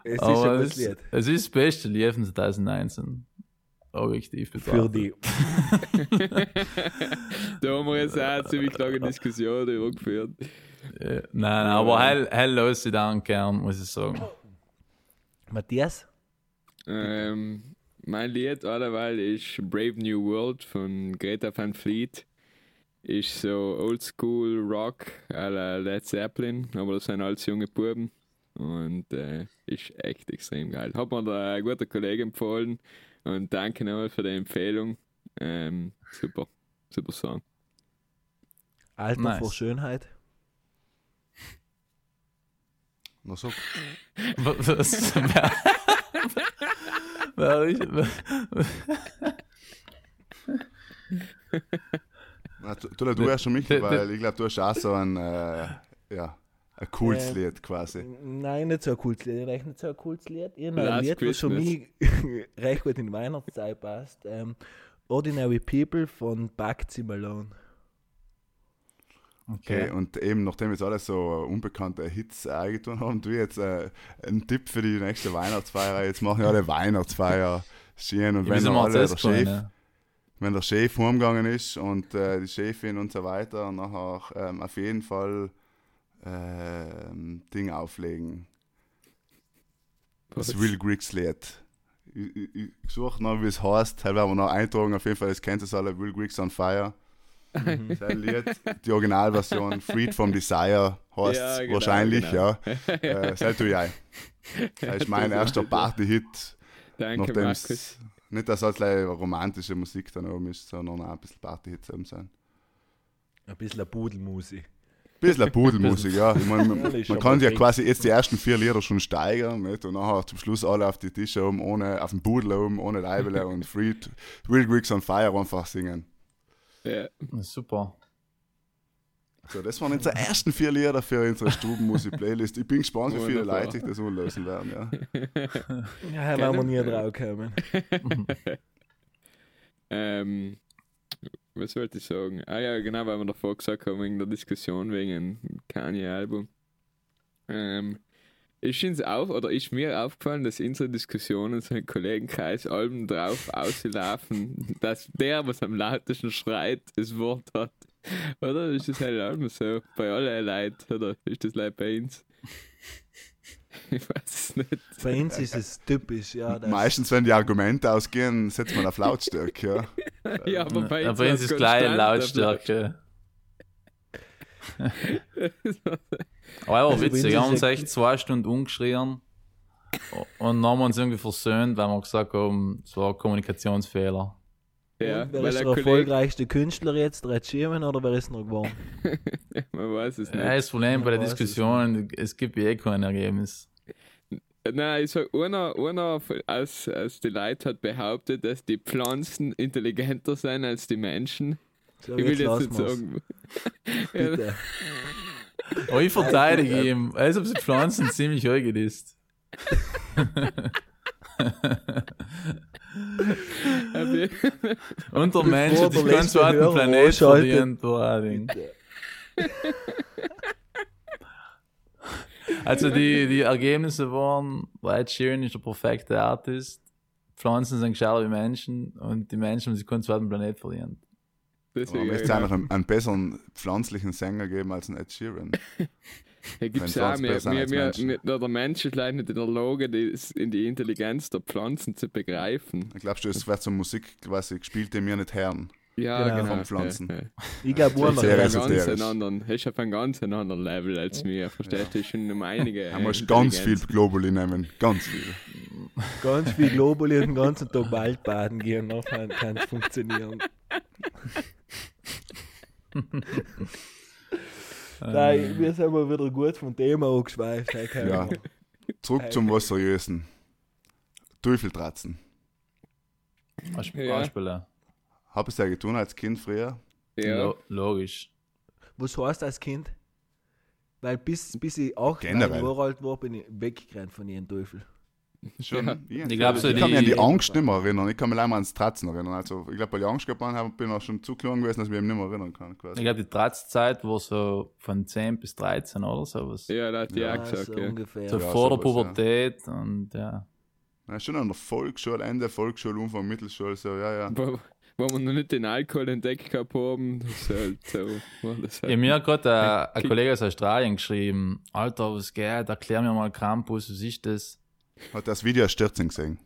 Speaker 2: Es ist
Speaker 3: aber
Speaker 2: ein gutes
Speaker 3: es,
Speaker 2: Lied.
Speaker 3: es ist das beste Lied von 2019. Objektiv
Speaker 2: Für
Speaker 3: betrachtet.
Speaker 2: die.
Speaker 5: Da haben wir jetzt auch eine ziemlich lange Diskussion darüber geführt.
Speaker 3: Äh, Nein, aber hell, hell los, sie down, Kern, muss ich sagen.
Speaker 2: Matthias?
Speaker 5: Ähm, mein Lied allerweil ist Brave New World von Greta Van Fleet. Ist so Oldschool Rock à la Led Zeppelin, aber das sind alles junge Buben. Und äh, ist echt extrem geil. Hat mir da ein guter Kollege empfohlen und danke nochmal für die Empfehlung. Ähm, super, super Song.
Speaker 2: Alter
Speaker 3: Nice.
Speaker 2: vor Schönheit.
Speaker 1: Na so.
Speaker 3: Was? was- wer, wer, ist- wer,
Speaker 1: Na, du, du, du hörst schon mich, weil ich glaube, du hast auch so ein, äh, ja, ein cooles
Speaker 2: Äh,
Speaker 1: Lied quasi.
Speaker 2: Nein, nicht so ein cooles Lied. Ich recht nicht so ein cooles Lied. Ich habe ein
Speaker 5: Last
Speaker 2: Lied, was für mich recht gut in die Weihnachtszeit passt. Ähm, Ordinary People von Bugsy Malone.
Speaker 1: Okay, und eben, nachdem jetzt alle so unbekannte Hits eingetan haben, du jetzt äh, einen Tipp für die nächste Weihnachtsfeier. Jetzt machen ja alle Weihnachtsfeier schön und
Speaker 3: Ja,
Speaker 1: wenn
Speaker 3: wieso
Speaker 1: noch
Speaker 3: macht
Speaker 1: alle der
Speaker 3: das
Speaker 1: Chef,
Speaker 3: keiner?
Speaker 1: wenn der Chef heimgegangen ist und äh, die Chefin und so weiter, und nachher ähm, auf jeden Fall ähm, Ding auflegen. Das Will Griggs Lied. Ich, ich, ich suche noch, wie es heißt. Halt werden wir noch eintragen. Auf jeden Fall, das kennt ihr alle. Will Griggs on Fire.
Speaker 5: Mhm.
Speaker 1: Sein Lied, die Originalversion, Freed from Desire, heißt
Speaker 5: Ja, genau,
Speaker 1: wahrscheinlich,
Speaker 5: genau.
Speaker 1: ja. Äh, Sei du ja. Das ist mein erster Party-Hit,
Speaker 5: Danke,
Speaker 1: nachdem
Speaker 5: Markus.
Speaker 1: es nicht, dass es gleich romantische Musik dann oben ist, sondern auch ein bisschen Party-Hits eben sein.
Speaker 2: Ein bisschen eine Pudelmusik.
Speaker 1: Bisschen Pudelmusik, ja. Ich mein, man
Speaker 2: ist
Speaker 1: man
Speaker 2: schon
Speaker 1: kann ja
Speaker 2: perfekt.
Speaker 1: quasi jetzt die ersten vier Lieder schon steigern nicht? und nachher zum Schluss alle auf die Tische oben, ohne, auf den Pudel oben, ohne Leibele und Free Will Greeks on Fire einfach singen.
Speaker 5: Ja.
Speaker 3: Super.
Speaker 1: So, das waren unsere ersten vier Lieder für unsere Stubenmusik-Playlist. Ich bin gespannt, wie viele
Speaker 5: Wunderbar.
Speaker 1: Leute sich das umlösen werden. Ja.
Speaker 2: Ja, da werden wir nie drauf kommen.
Speaker 5: Ähm, was wollte ich sagen? Ah ja, genau, weil wir davor gesagt haben, wegen der Diskussion wegen dem Kanye-Album. Ähm, ist uns auf, oder ist mir aufgefallen, dass unsere Diskussionen so im Kollegenkreis allem drauf auslaufen, dass der, was am lautesten schreit, das Wort hat. Oder ist das halt allem so? Bei allen Leuten, oder ist das Leute bei uns? Ich weiß es nicht.
Speaker 2: Bei uns ist es typisch, ja. dass-
Speaker 1: Meistens, wenn die Argumente ausgehen, setzt man auf Lautstärke. Ja.
Speaker 5: Ja, aber bei
Speaker 3: Aber jetzt
Speaker 5: war's
Speaker 3: ist gleich
Speaker 5: konstant auf Laut-
Speaker 3: Lautstärke. Aber er war
Speaker 2: Also bei
Speaker 3: witzig,
Speaker 2: uns
Speaker 3: wir
Speaker 2: ist
Speaker 3: haben uns
Speaker 2: ja-
Speaker 3: echt zwei Stunden umgeschrien und dann haben wir uns irgendwie versöhnt, weil wir gesagt haben, es war ein Kommunikationsfehler.
Speaker 5: Ja,
Speaker 2: Und wer
Speaker 5: weil
Speaker 2: ist der
Speaker 5: ein Kollege
Speaker 2: erfolgreichste Künstler jetzt? Red Schirmen oder wer ist noch geworden?
Speaker 5: Man weiß es nicht.
Speaker 3: Ja, das Problem bei der
Speaker 2: Ja, weiß es
Speaker 3: Diskussion, es gibt eh kein Ergebnis.
Speaker 5: Nein, ich sag, einer, einer von- aus, aus den Leuten hat behauptet, dass die Pflanzen intelligenter sind als die Menschen.
Speaker 2: So,
Speaker 5: Ich will
Speaker 2: lassen
Speaker 5: jetzt nicht
Speaker 2: wir's.
Speaker 5: sagen.
Speaker 2: Bitte.
Speaker 3: Aber ich verteidige ihm, als ob sie Pflanzen ziemlich ruhig ist.
Speaker 5: Auf Mensch.
Speaker 3: Und der Mensch
Speaker 2: Bevor
Speaker 3: hat sich
Speaker 2: der
Speaker 3: ganz
Speaker 2: letzte
Speaker 3: alten
Speaker 2: Hörer
Speaker 3: Planet
Speaker 2: anschaltet.
Speaker 3: verdient, der Erwin. Also die, die Ergebnisse waren, Ed Sheeran ist der perfekte Artist, Pflanzen sind gescheiter wie Menschen und die Menschen haben sich keinen zweiten Planet verdient.
Speaker 5: Deswegen,
Speaker 1: Warum
Speaker 5: ja,
Speaker 1: müsste es
Speaker 5: genau.
Speaker 1: einfach einen, einen besseren pflanzlichen Sänger geben als einen Ed Sheeran?
Speaker 5: Ja, gibt's
Speaker 1: Wenn's
Speaker 5: ja auch
Speaker 1: sonst
Speaker 5: mehr,
Speaker 1: besser
Speaker 5: mehr,
Speaker 1: als
Speaker 5: mehr,
Speaker 1: Menschen.
Speaker 5: mehr, der der Mensch ist leider nicht in der Lage, die, ist in die Intelligenz der Pflanzen zu begreifen.
Speaker 1: Glaubst du, es wäre so Musik quasi gespielt, die mir nicht hören?
Speaker 5: Ja,
Speaker 2: Genau.
Speaker 5: genau.
Speaker 1: Von Pflanzen.
Speaker 5: Ja, ja.
Speaker 2: Ich glaube,
Speaker 1: Sehr
Speaker 2: wo
Speaker 5: Auf einem
Speaker 1: seriös.
Speaker 2: man
Speaker 1: hysterisch.
Speaker 5: ganz anderen, ist auf einem ganz anderen Level als mir. Verstehst du, ist schon um einige.
Speaker 1: Er muss ganz viel Globuli nehmen, ganz viel.
Speaker 2: ganz viel Globuli und den ganzen Tag Waldbaden gehen, nachher kann es funktionieren.
Speaker 5: Ähm.
Speaker 2: Nein, wir sind mal wieder gut vom Thema angeschweift. hey, keine
Speaker 1: Ja.
Speaker 2: Ahnung.
Speaker 5: Äh,
Speaker 1: Zurück zum was Seriösen. Teufeltratzen.
Speaker 3: Hast
Speaker 5: Ja.
Speaker 3: Anspielen.
Speaker 1: Habe ich ja getan als Kind früher.
Speaker 5: Ja,
Speaker 3: Lo logisch.
Speaker 2: Was heißt als Kind? Weil bis, bis ich 8
Speaker 1: Generell.
Speaker 2: Jahre alt war, bin ich weggerannt von jedem Teufel.
Speaker 1: Schon.
Speaker 5: Ja.
Speaker 3: Ich glaub, so
Speaker 1: ich kann mich an
Speaker 3: die-
Speaker 1: die Angst nicht mehr erinnern. Ich kann mich leider ans Tratzen erinnern. Also, ich glaube, weil ich Angst gehabt habe, bin ich auch schon zu klein gewesen, dass ich mich eben nicht mehr erinnern kann.
Speaker 3: Ich
Speaker 1: Quasi.
Speaker 3: glaube, die Trotzzeit war so von 10 bis 13 oder sowas.
Speaker 5: ja da hat die auch gesagt.
Speaker 2: so
Speaker 5: ja.
Speaker 2: ungefähr.
Speaker 3: So
Speaker 1: Ja,
Speaker 3: vor der
Speaker 1: sowas, ja.
Speaker 3: Pubertät und ja.
Speaker 1: Ja, schon an der Volksschule, Ende Volksschule, Anfang Mittelschule, so, ja, ja.
Speaker 5: Wo, wo wir noch nicht den Alkohol entdeckt gehabt haben, das ist halt so. war das
Speaker 3: Ja,
Speaker 5: halt.
Speaker 3: mir hat gerade äh, ein
Speaker 5: Kick.
Speaker 3: Kollege aus Australien geschrieben, Alter, was geht, erklär mir mal Krampus, was ist das?
Speaker 1: Hat das Video als Stürzing gesehen.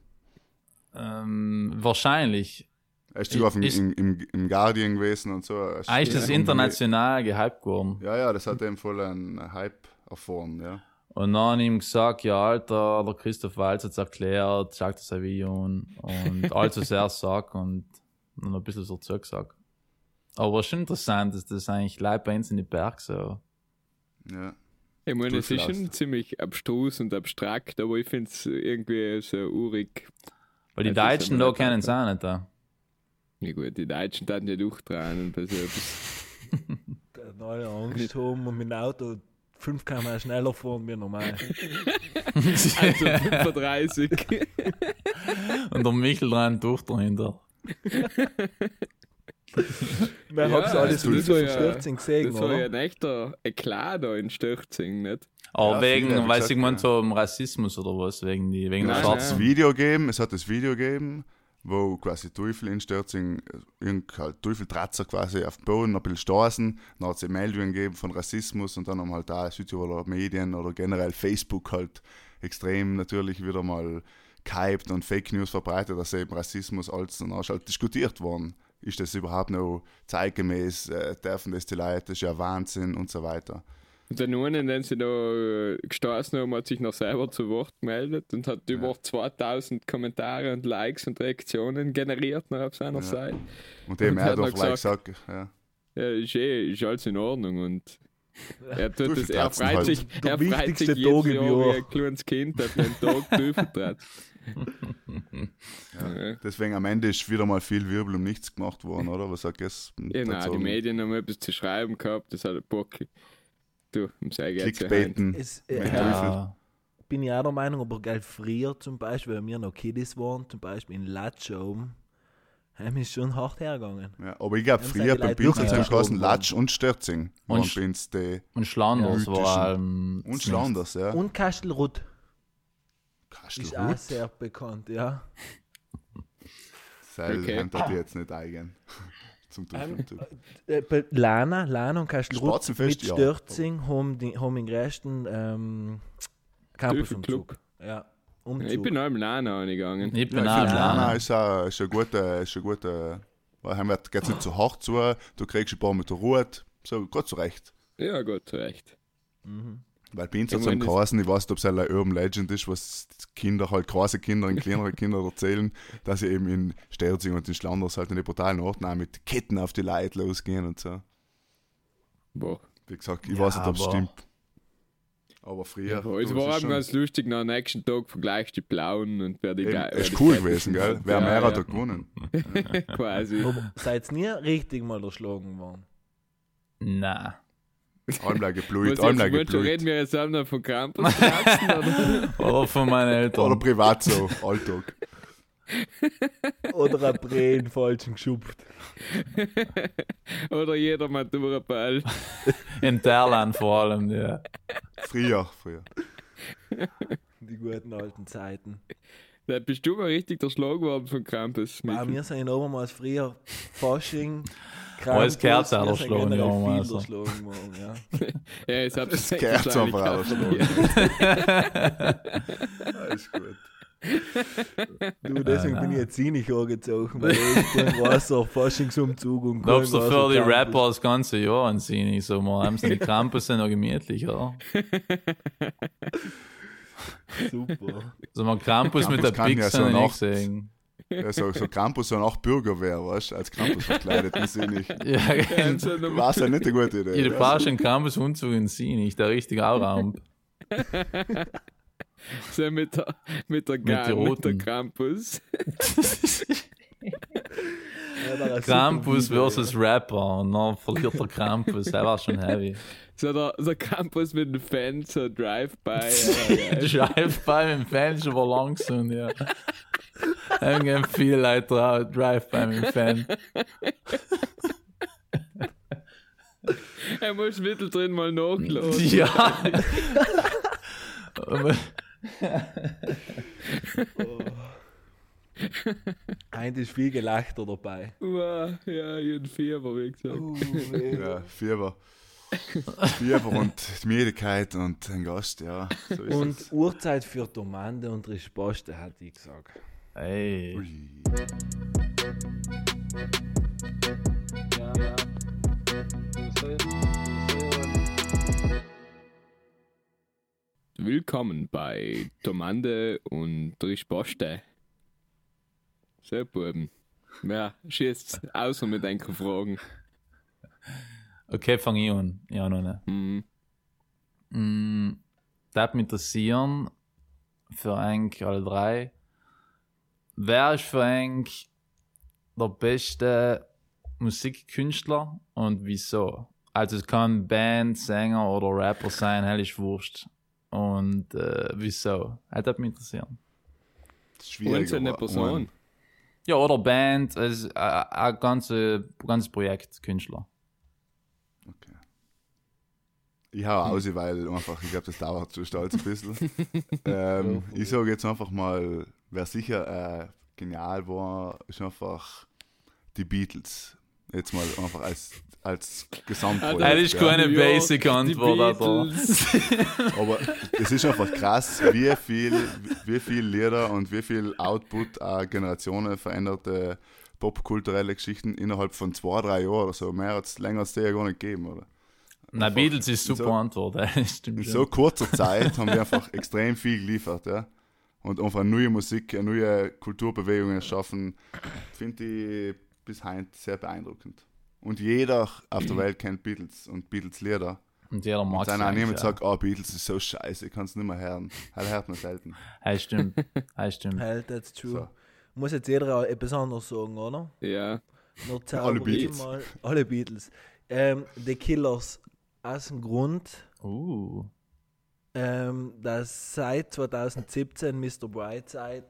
Speaker 3: Ähm, wahrscheinlich.
Speaker 1: Er ist sogar auf dem,
Speaker 3: Ist-
Speaker 1: im, im, im Guardian gewesen und so. Er ist-
Speaker 3: Eigentlich ist das
Speaker 1: Ja.
Speaker 3: international gehypt geworden.
Speaker 1: Ja, ja, das hat eben voll einen Hype erfahren, ja.
Speaker 3: Und dann haben ihm gesagt, ja, Alter, der Christoph Walz hat's erklärt, sagt das ein Video an. und allzu sehr sagt und noch ein bisschen so zugesagt. Aber schon interessant, dass das eigentlich live bei uns in den Berg so.
Speaker 1: ja.
Speaker 5: Ich meine, es ist
Speaker 1: Durchlaust.
Speaker 5: schon ziemlich abstrus und abstrakt, aber ich finde es irgendwie so urig.
Speaker 3: Weil die
Speaker 5: Ja, das ist
Speaker 3: Deutschen
Speaker 5: ja
Speaker 3: da
Speaker 5: nicht
Speaker 3: kennen es
Speaker 5: einfach.
Speaker 3: auch nicht. Da.
Speaker 5: Ja gut, die Deutschen dann nicht durchdrehen und bei so etwas.
Speaker 2: Dann alle Angst haben und mit dem Auto 5 km schneller fahren wie normal.
Speaker 5: Also 35.
Speaker 3: und der Michel dran durch dahinter.
Speaker 2: Wir
Speaker 5: Ja,
Speaker 2: haben es alles
Speaker 5: also
Speaker 2: wieder
Speaker 5: das war
Speaker 2: vom
Speaker 5: ja-
Speaker 2: Stürzing gesehen,
Speaker 5: Das war ja
Speaker 2: oder?
Speaker 5: ein echter Eklat da in Stöchzing, nicht?
Speaker 3: Aber
Speaker 1: Ja,
Speaker 3: wegen,
Speaker 1: viele haben
Speaker 3: weil
Speaker 1: gesagt,
Speaker 3: sie gemeint
Speaker 1: ja.
Speaker 3: haben, Rassismus oder was, wegen, die, wegen der
Speaker 5: Nein, nein.
Speaker 1: Es
Speaker 3: Schwarzen.
Speaker 1: hat das Video gegeben, es hat das Video gegeben, wo quasi Teufel in Störzing, irgendein halt Teufeltratzer quasi auf dem Boden ein bisschen stoßen, dann hat es Meldungen gegeben von Rassismus und dann haben halt da Südtiroler Medien oder generell Facebook halt extrem natürlich wieder mal gehypt und Fake News verbreitet, dass eben Rassismus als und alles halt diskutiert worden. Ist das überhaupt noch zeitgemäß? Äh, dürfen das die Leute? Das ist ja Wahnsinn und so weiter.
Speaker 5: Und der einen, den sie da äh, gestoßen haben, hat sich noch selber zu Wort gemeldet und hat über 2000 Kommentare und Likes und Reaktionen generiert noch auf seiner Seite.
Speaker 1: Und eben
Speaker 5: Und
Speaker 1: er
Speaker 5: hat
Speaker 1: hat auch
Speaker 5: noch
Speaker 1: gleich gesagt, ja.
Speaker 5: Ja, ist, eh, ist alles in Ordnung und er tut das, er
Speaker 1: Teufeltratzen
Speaker 5: freut
Speaker 1: halt.
Speaker 5: sich,
Speaker 2: Der
Speaker 5: er freut sich
Speaker 2: wichtigste
Speaker 5: jedes
Speaker 2: Tag
Speaker 5: Jahr
Speaker 2: im Jahr.
Speaker 5: wie ein kleines Kind auf den Tag Teufeltratz. Ja.
Speaker 1: Deswegen am Ende ist wieder mal viel Wirbel um nichts gemacht worden, oder? Was sagt das?
Speaker 5: Genau, die
Speaker 1: Dazu?
Speaker 5: Medien haben etwas zu schreiben gehabt, das hat ein Bock. Du, um sei jetzt
Speaker 1: Clickbaiten.
Speaker 2: Es, äh,
Speaker 1: Ja.
Speaker 3: Ja.
Speaker 2: bin ich auch der Meinung, aber gell, früher zum Beispiel, wenn wir noch Kiddies waren, zum Beispiel in Latsche oben, haben wir schon hart hergegangen.
Speaker 1: Ja, aber ich glaube,
Speaker 2: Haben
Speaker 1: früher
Speaker 2: sie die
Speaker 1: beim
Speaker 2: Leute
Speaker 1: Pilz zum
Speaker 2: durchgeschoben
Speaker 1: Kosten
Speaker 2: worden.
Speaker 1: Latsch und Störzing.
Speaker 3: Und
Speaker 1: Und
Speaker 3: Sch-
Speaker 1: Pins de
Speaker 3: Und Schlanders
Speaker 1: Ja.
Speaker 3: vor allem.
Speaker 1: und Schlanders, ja.
Speaker 2: Und Kastelrut ist auch
Speaker 1: Kastelhut.
Speaker 2: sehr bekannt, ja.
Speaker 1: Seil
Speaker 5: Okay.
Speaker 1: okay. hat die jetzt nicht eigen. Zum Teufel.
Speaker 2: Äh, bei Lana, Lana und Kastelrut
Speaker 1: Spatzenfest,
Speaker 2: mit
Speaker 1: ja.
Speaker 2: Stürzing haben, die, haben den größten ähm, Campusumzug.
Speaker 5: Dürfelclub.
Speaker 2: Ja,
Speaker 5: Ja,
Speaker 2: Umzug.
Speaker 5: ich bin auch im Lana reingegangen.
Speaker 3: Ich
Speaker 1: Ja,
Speaker 3: bin
Speaker 1: ich
Speaker 3: auch
Speaker 1: finde, Lana
Speaker 3: Lana.
Speaker 1: ist auch- ist ein guter, ist ein guter. Weil heim wird geht's nicht zu hart zu, du kriegst ein paar mit der Ruhe. So, Gott zurecht.
Speaker 5: Ja, gut, zu Recht.
Speaker 2: Mhm.
Speaker 1: Weil Pins
Speaker 5: Ich
Speaker 1: hat so
Speaker 5: mein,
Speaker 1: einen
Speaker 5: das-
Speaker 1: Kassen, ich weiß nicht, ob es halt eine Urban Legend ist, was Kinder, halt große Kinder und kleinere Kinder erzählen, dass sie eben in Sterzing und in Schlanders halt in den brutalen Orten auch mit Ketten auf die Leute losgehen und so.
Speaker 5: Boah.
Speaker 1: Wie gesagt, ich
Speaker 3: Ja,
Speaker 1: weiß nicht, ob es
Speaker 3: aber-
Speaker 1: stimmt. Aber früher.
Speaker 5: Ja, es
Speaker 1: du,
Speaker 5: war
Speaker 1: ist
Speaker 5: eben
Speaker 1: schon-
Speaker 5: ganz lustig, nach dem nächsten Tag vergleichst die Blauen und wer die
Speaker 1: eben,
Speaker 5: Gle- wer
Speaker 1: ist
Speaker 5: die
Speaker 1: cool
Speaker 5: Gelben
Speaker 1: gewesen,
Speaker 5: sind.
Speaker 1: gell? Wer
Speaker 5: ja,
Speaker 1: mehr hat,
Speaker 5: ja,
Speaker 1: hat gewonnen. Oh,
Speaker 5: quasi.
Speaker 2: Seid nie richtig mal erschlagen worden.
Speaker 3: Nein.
Speaker 1: Einmal geblüht,
Speaker 5: Was
Speaker 1: einmal
Speaker 5: jetzt willst du, reden
Speaker 1: geblüht.
Speaker 5: wir jetzt auch noch von Krampus oder?
Speaker 3: Oder von meinen Eltern.
Speaker 1: Oder privat so, Alltag.
Speaker 2: Oder eh ein Bren falsch geschupft.
Speaker 5: Oder jeder Matura-Ball.
Speaker 3: In Thailand vor allem, ja.
Speaker 1: Früher, früher.
Speaker 2: Die guten alten Zeiten.
Speaker 5: Da bist du mal richtig der Schlagwort von Krampus.
Speaker 2: Bei
Speaker 5: Michi.
Speaker 2: mir sind obermals früher Fasching,
Speaker 3: Alles Kerze
Speaker 2: wir
Speaker 3: auch
Speaker 2: sind
Speaker 3: erschlagen,
Speaker 2: generell
Speaker 3: ja,
Speaker 2: viel
Speaker 3: also.
Speaker 2: erschlagen worden, ja.
Speaker 5: Ja, jetzt habt ihr es
Speaker 1: Kerz am Rausschlagen. Alles gut.
Speaker 2: Du, deswegen bin ich jetzt ziemlich angezogen, weil ich kein Wasser, Faschingsumzug und
Speaker 3: Glaubst du,
Speaker 2: kein
Speaker 3: für die
Speaker 2: Wasser-
Speaker 3: Rapper das ganze Jahr anziehen? Ich so, mal haben sie die Krampus sind noch gemütlich, oder?
Speaker 2: Super.
Speaker 3: So, mal Krampus mit der
Speaker 1: Krampus kann ja
Speaker 3: Pixel
Speaker 1: so
Speaker 3: nicht
Speaker 1: nachts.
Speaker 3: gesehen.
Speaker 1: Ja, so, so Krampus und auch Bürgerwehr, weißt du? Als Krampus verkleidet, das ist nicht.
Speaker 3: Ja, in,
Speaker 5: Was?
Speaker 1: War's ja nicht eine gute Idee.
Speaker 3: jede Flasche in Krampus Unzug in Sinich, der richtige Auraump.
Speaker 5: So mit der, mit der
Speaker 3: die
Speaker 5: Gang, mit, der
Speaker 3: Roten.
Speaker 5: Krampus.
Speaker 2: Ja, war ein
Speaker 3: Krampus
Speaker 2: super Video,
Speaker 3: versus Rapper und dann verliert der Krampus, der war schon heavy.
Speaker 5: So der, so Krampus mit dem Fan, so Drive-By. Ja, ja.
Speaker 3: Drive by im Fan schon war langsam, ja. Haben gehen viele Leute drauf, Drive by im Fan.
Speaker 5: er muss mittendrin mal nachladen.
Speaker 3: Ja.
Speaker 2: ja. Heute ist viel gelachter dabei.
Speaker 5: Wow, ja, ich hab Fieber, wie gesagt.
Speaker 2: Uh,
Speaker 1: Ja, Fieber. Fieber und Müdigkeit und ein Gast, ja. So ist
Speaker 2: Und Uhrzeit für Tomande und Risposte, hat ich gesagt.
Speaker 1: es.
Speaker 3: Ey.
Speaker 1: Ui.
Speaker 4: Ja, ja. Das soll- das soll-
Speaker 5: Willkommen bei Tomande und Risposte. So, Buben. Ja, schießt außer mit einigen Fragen.
Speaker 3: Okay, fang ich an. Ja, noch ne.
Speaker 5: Mhm.
Speaker 3: Mm, darf mich interessieren, für eigentlich alle drei, wer ist für eigentlich der beste Musikkünstler und wieso? Also es kann Band, Sänger oder Rapper sein, helles Wurscht. Und äh, wieso? Das darf mich interessieren.
Speaker 1: Schwierig.
Speaker 5: Und so eine
Speaker 1: aber-
Speaker 5: Person.
Speaker 3: Ja, oder Band, also äh, ein ganze, ganzes Projekt, Künstler.
Speaker 1: Ich hau aus, weil einfach, ich glaube, das dauert zu stolz ein bisschen. ähm, ich sage jetzt einfach mal, wer sicher äh, genial war, ist einfach die Beatles. Jetzt mal einfach als, als Gesamtprojekt.
Speaker 5: Ah,
Speaker 3: Das
Speaker 5: das
Speaker 3: ist
Speaker 5: ist
Speaker 1: ja.
Speaker 3: keine
Speaker 5: keine Ja,
Speaker 3: basic
Speaker 5: basic die Antwort, also.
Speaker 3: Antwort,
Speaker 5: aber-
Speaker 1: Aber
Speaker 3: aber.
Speaker 1: es ist einfach krass, wie viel, wie viel Lieder und wie viel Output äh, Generationen veränderte popkulturelle Geschichten innerhalb von zwei, drei Jahren oder so. Mehr hat's länger als ja gar nicht gegeben, oder?
Speaker 3: Na, Beatles ist super
Speaker 1: So-
Speaker 3: Antwort, ey, stimmt
Speaker 1: In
Speaker 3: schon.
Speaker 1: so kurzer Zeit haben wir einfach extrem viel geliefert, ja. Und einfach neue Musik, eine neue Kulturbewegungen erschaffen, finde ich bis heute sehr beeindruckend. Und jeder auf der Welt kennt Beatles und Beatles Lieder.
Speaker 3: Und jeder
Speaker 1: Und
Speaker 3: mag es.
Speaker 1: dann auch niemand
Speaker 3: eigentlich, ja.
Speaker 1: sagt, oh, Beatles ist so scheiße, ich kann es nicht mehr hören. Halt hört man selten.
Speaker 3: Hey, stimmt. Hey, stimmt.
Speaker 2: Halt, that's true.
Speaker 1: So.
Speaker 2: Muss jetzt jeder auch etwas anderes sagen, oder?
Speaker 5: Ja.
Speaker 2: Noch zaubere
Speaker 1: alle
Speaker 2: ich
Speaker 1: Beatles.
Speaker 2: Mal, alle Beatles. Ähm, The Killers aus dem Grund,
Speaker 3: Uh.
Speaker 2: ähm, dass seit 2017 Mr. Brightside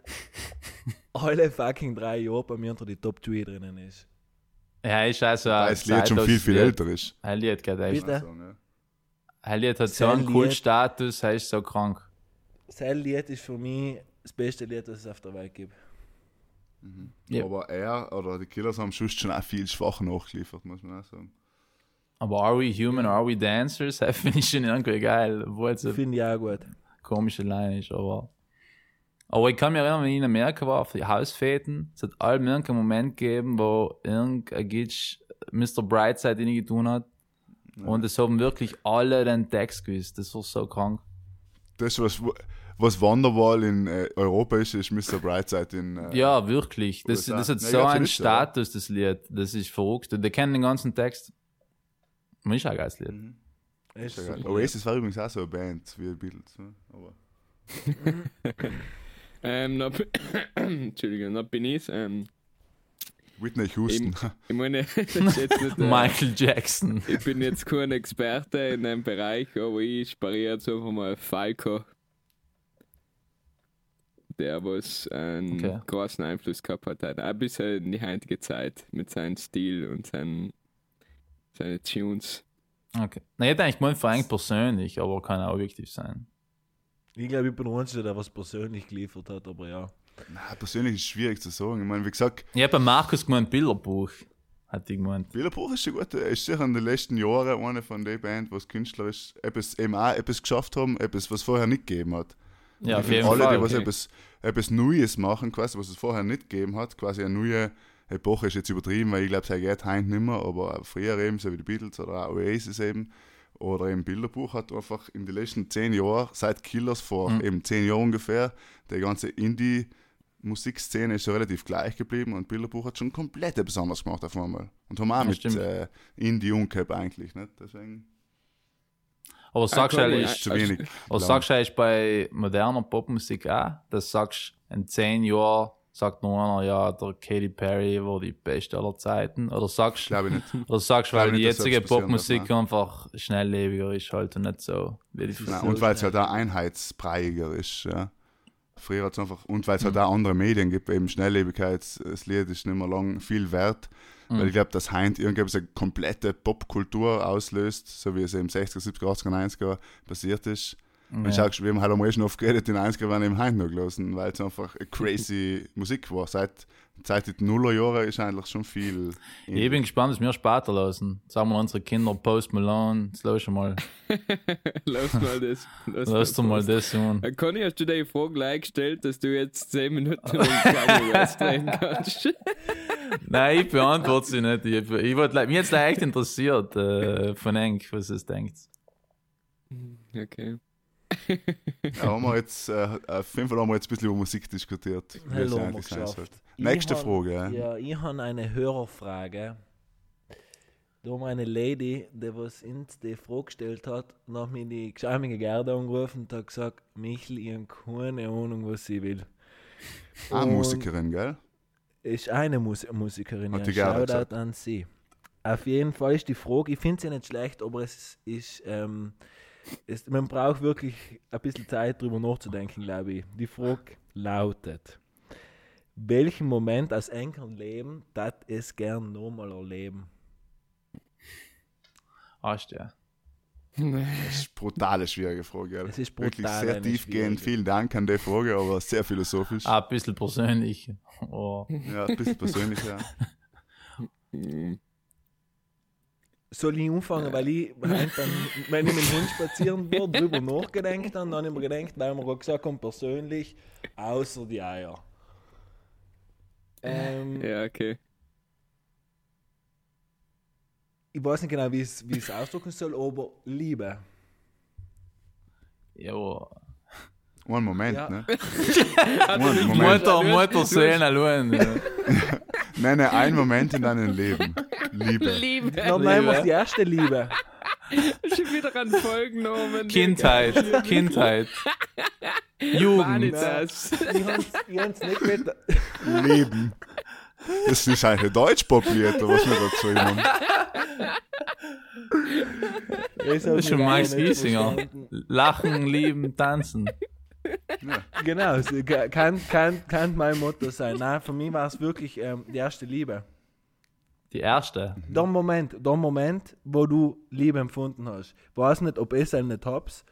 Speaker 2: alle fucking drei Jahre bei mir unter die Top 2 drinnen ist.
Speaker 3: Ja, ist also.
Speaker 1: Weil das Lied schon viel, viel älter ist.
Speaker 3: Hey, Lied geht echt.
Speaker 2: Bitte?
Speaker 1: Also, ne?
Speaker 3: Hey, Lied hat so
Speaker 2: Sein
Speaker 3: einen coolen
Speaker 2: Lied.
Speaker 3: Status, er ist so krank.
Speaker 2: Sein Lied ist für mich das beste Lied, das es auf der Welt gibt.
Speaker 3: Ja.
Speaker 1: Aber er oder die Killers haben schon schon auch viel schwach nachgeliefert, muss man auch sagen.
Speaker 3: Aber Are We Human, Are We Dancers? Hey, finde ich schon irgendwie geil. Obwohl es eine
Speaker 2: Finde ich auch gut.
Speaker 3: komische Line ist, aber. Aber ich kann mich erinnern, wenn ich in Amerika war, auf die Hausfäten, es hat allem irgendeinen Moment gegeben, wo irgendein Gitsch Mr. Brightside reingetun hat. Und es haben wirklich alle den Text gewusst. Das war so krank.
Speaker 1: Das, was, was Wonderwall in äh, Europa ist, ist Mr. Brightside in. Äh,
Speaker 3: Ja, wirklich. Das,
Speaker 1: USA.
Speaker 3: das hat
Speaker 1: Ja,
Speaker 3: so
Speaker 1: ganz
Speaker 3: einen
Speaker 1: richtig, ja.
Speaker 3: Status, das Lied. Das ist verrückt. Und die kennen den ganzen Text. Und Ist auch ein geiles Lied.
Speaker 2: Ist
Speaker 1: Ja,
Speaker 2: super.
Speaker 1: Oasis war übrigens auch so eine Band wie Beatles. Ne? Aber
Speaker 5: Ähm, na, Entschuldigung, na bin ich ähm,
Speaker 1: Whitney Houston.
Speaker 5: Ich meine, das ist jetzt nicht, äh,
Speaker 3: Michael Jackson.
Speaker 5: ich bin jetzt kein Experte in dem Bereich, aber ich spariere jetzt einfach mal Falco. der was einen
Speaker 3: Okay.
Speaker 5: großen Einfluss gehabt hat, halt, auch bis halt in die heutige Zeit mit seinem Stil und seinen seine Tunes.
Speaker 3: Okay. Na, ich hätte eigentlich gemeint, Frank persönlich, aber kann auch objektiv sein.
Speaker 2: Ich glaube, ich bin der Einzige, der was persönlich geliefert hat, aber ja.
Speaker 1: Nein, persönlich ist es schwierig zu sagen. Ich meine, wie gesagt,
Speaker 3: Ich habe bei Markus gemeint, Bilderbuch. Hat ich gemeint.
Speaker 1: Bilderbuch ist eine gute, ist sicher in den letzten Jahren eine von den Bands, was künstlerisch etwas, eben auch etwas geschafft haben, etwas, was vorher nicht gegeben hat.
Speaker 3: Ja,
Speaker 1: Ich
Speaker 3: auf
Speaker 1: finde,
Speaker 3: jeden
Speaker 1: alle,
Speaker 3: Fall.
Speaker 1: die was
Speaker 5: okay.
Speaker 1: etwas, etwas Neues machen, quasi, was es vorher nicht gegeben hat, quasi eine neue Epoche ist jetzt übertrieben, weil ich glaube, es geht heute nicht mehr, aber früher eben, so wie die Beatles oder auch Oasis eben, oder im Bilderbuch hat einfach in den letzten zehn Jahren, seit Killers vor
Speaker 3: Mhm.
Speaker 1: eben zehn Jahren ungefähr, der ganze Indie- Musikszene ist ja relativ gleich geblieben und Bilderbuch hat schon komplett etwas anderes gemacht auf einmal. Und haben auch
Speaker 3: Ja,
Speaker 1: mit
Speaker 3: stimmt.
Speaker 1: äh, Indie Uncap eigentlich, nicht? Deswegen
Speaker 3: Aber sagst du
Speaker 5: klar,
Speaker 3: eigentlich,
Speaker 5: ja.
Speaker 1: ist zu wenig.
Speaker 3: aber
Speaker 1: Klar.
Speaker 3: Also, sagst du eigentlich bei moderner Popmusik auch, dass du sagst, in zehn Jahren sagt nur einer, ja, der Katy Perry war die beste aller Zeiten. Oder sagst
Speaker 1: Glaube ich nicht.
Speaker 3: Oder sagst du,
Speaker 1: Glaub
Speaker 3: weil die
Speaker 1: nicht, dass
Speaker 3: jetzige
Speaker 1: das passieren
Speaker 3: Popmusik
Speaker 1: wird, nein.
Speaker 3: einfach schnelllebiger ist halt und nicht so wie die
Speaker 1: Nein,
Speaker 3: früher.
Speaker 1: und weil es halt auch einheitspreiger ist. Ja. Früher hat's einfach, und weil es halt auch andere Medien gibt, eben Schnelllebigkeit, das Lied ist nicht mehr lang viel wert, weil ich glaube, dass Heint irgendwie so eine komplette Popkultur auslöst, so wie es im 60er, 70er, 80er, 90er passiert ist. Und
Speaker 3: Ja.
Speaker 1: schaust, wir haben halt am meisten oft geredet, in 90er waren eben Heint noch gelassen, weil es einfach eine crazy Musik war. Seit, seit den Nullerjahren ist eigentlich schon viel.
Speaker 3: Ich bin gespannt, was wir später lassen. Sagen wir unsere Kinder Post Malone, jetzt lass mal,
Speaker 5: Lass mal das.
Speaker 3: lass doch mal das tun.
Speaker 5: Äh, Conny, hast du dir die Frage gleich gestellt, dass du jetzt 10 Minuten lang Kanye West reden kannst?
Speaker 3: Nein, ich beantworte sie nicht. Ich, ich wollt, mich jetzt echt interessiert äh, von Eng, was es denkt.
Speaker 5: Okay.
Speaker 1: Ja, haben wir jetzt, äh, auf jeden Fall haben wir jetzt ein bisschen über Musik diskutiert. halt. wie es
Speaker 2: Hallo,
Speaker 1: eigentlich
Speaker 2: wir
Speaker 1: sein sollte.
Speaker 2: geschafft.
Speaker 1: Nächste
Speaker 2: Ich hab-
Speaker 1: Frage, ja.
Speaker 2: Ja, ich habe eine Hörerfrage. Da haben wir eine Lady, die was uns die Frage gestellt hat, und hat mich die geschämige Gerda angerufen und hat gesagt, Michel, ich habe keine Ahnung, was sie will.
Speaker 1: Ah,
Speaker 2: Und
Speaker 1: Musikerin, gell?
Speaker 2: Ist eine Mus Musikerin,
Speaker 1: Hat
Speaker 2: ja.
Speaker 1: die Gerda
Speaker 2: Shoutout
Speaker 1: gesagt.
Speaker 2: an sie. Auf jeden Fall ist die Frage, ich finde sie nicht schlecht, aber es ist, ähm, ist man braucht wirklich ein bisschen Zeit drüber nachzudenken, glaube ich. Die Frage lautet, welchen Moment aus engen Leben das es gern nochmal erleben?
Speaker 3: Arsch, ja.
Speaker 1: Das ist brutale schwierige Frage, gell?
Speaker 2: Es ist
Speaker 1: Wirklich
Speaker 2: brutal
Speaker 1: sehr
Speaker 2: eine
Speaker 1: tiefgehend.
Speaker 2: schwierige.
Speaker 1: Vielen Dank an die Frage, aber sehr philosophisch.
Speaker 3: Ah, ein bisschen persönlich. Oh.
Speaker 1: Ja, ein bisschen persönlicher.
Speaker 5: Hm.
Speaker 2: Soll ich anfangen, weil ich, heim dann, wenn ich mit dem Hund spazieren war, drüber nachgedenkt habe, dann habe ich mir gedacht, weil wir gerade gesagt haben, persönlich, außer die Eier. Ähm,
Speaker 5: Ja, okay.
Speaker 2: ich weiß nicht genau, wie es wie es ausdrücken soll, aber Liebe.
Speaker 3: Ja, oh. aber-
Speaker 1: One Moment,
Speaker 2: Ja.
Speaker 1: ne? One Moment.
Speaker 3: Mutter, Mutter, Seelen, allein. ja.
Speaker 1: Nein, nein, ein Moment in deinem Leben. Liebe.
Speaker 5: Liebe.
Speaker 2: Noch nein, was die erste Liebe.
Speaker 5: Schon wieder an Folgennamen.
Speaker 3: Kindheit, Kindheit. Jugend.
Speaker 5: Vanitas.
Speaker 2: Ich hab's, ich hab's nicht mit.
Speaker 1: Leben. Das ist halt ein Deutschpop-Lied, oder was wir da geschrieben haben.
Speaker 2: Das
Speaker 3: Das ist schon Max Giesinger. Lachen, lieben, tanzen.
Speaker 2: Genau, es ka- kann, kann, kann mein Motto sein. Nein, für mich war es wirklich ähm, die erste Liebe.
Speaker 3: Die erste.
Speaker 2: Der Moment, der Moment, wo du Liebe empfunden hast. Weiß nicht, ob ich es nicht hab's,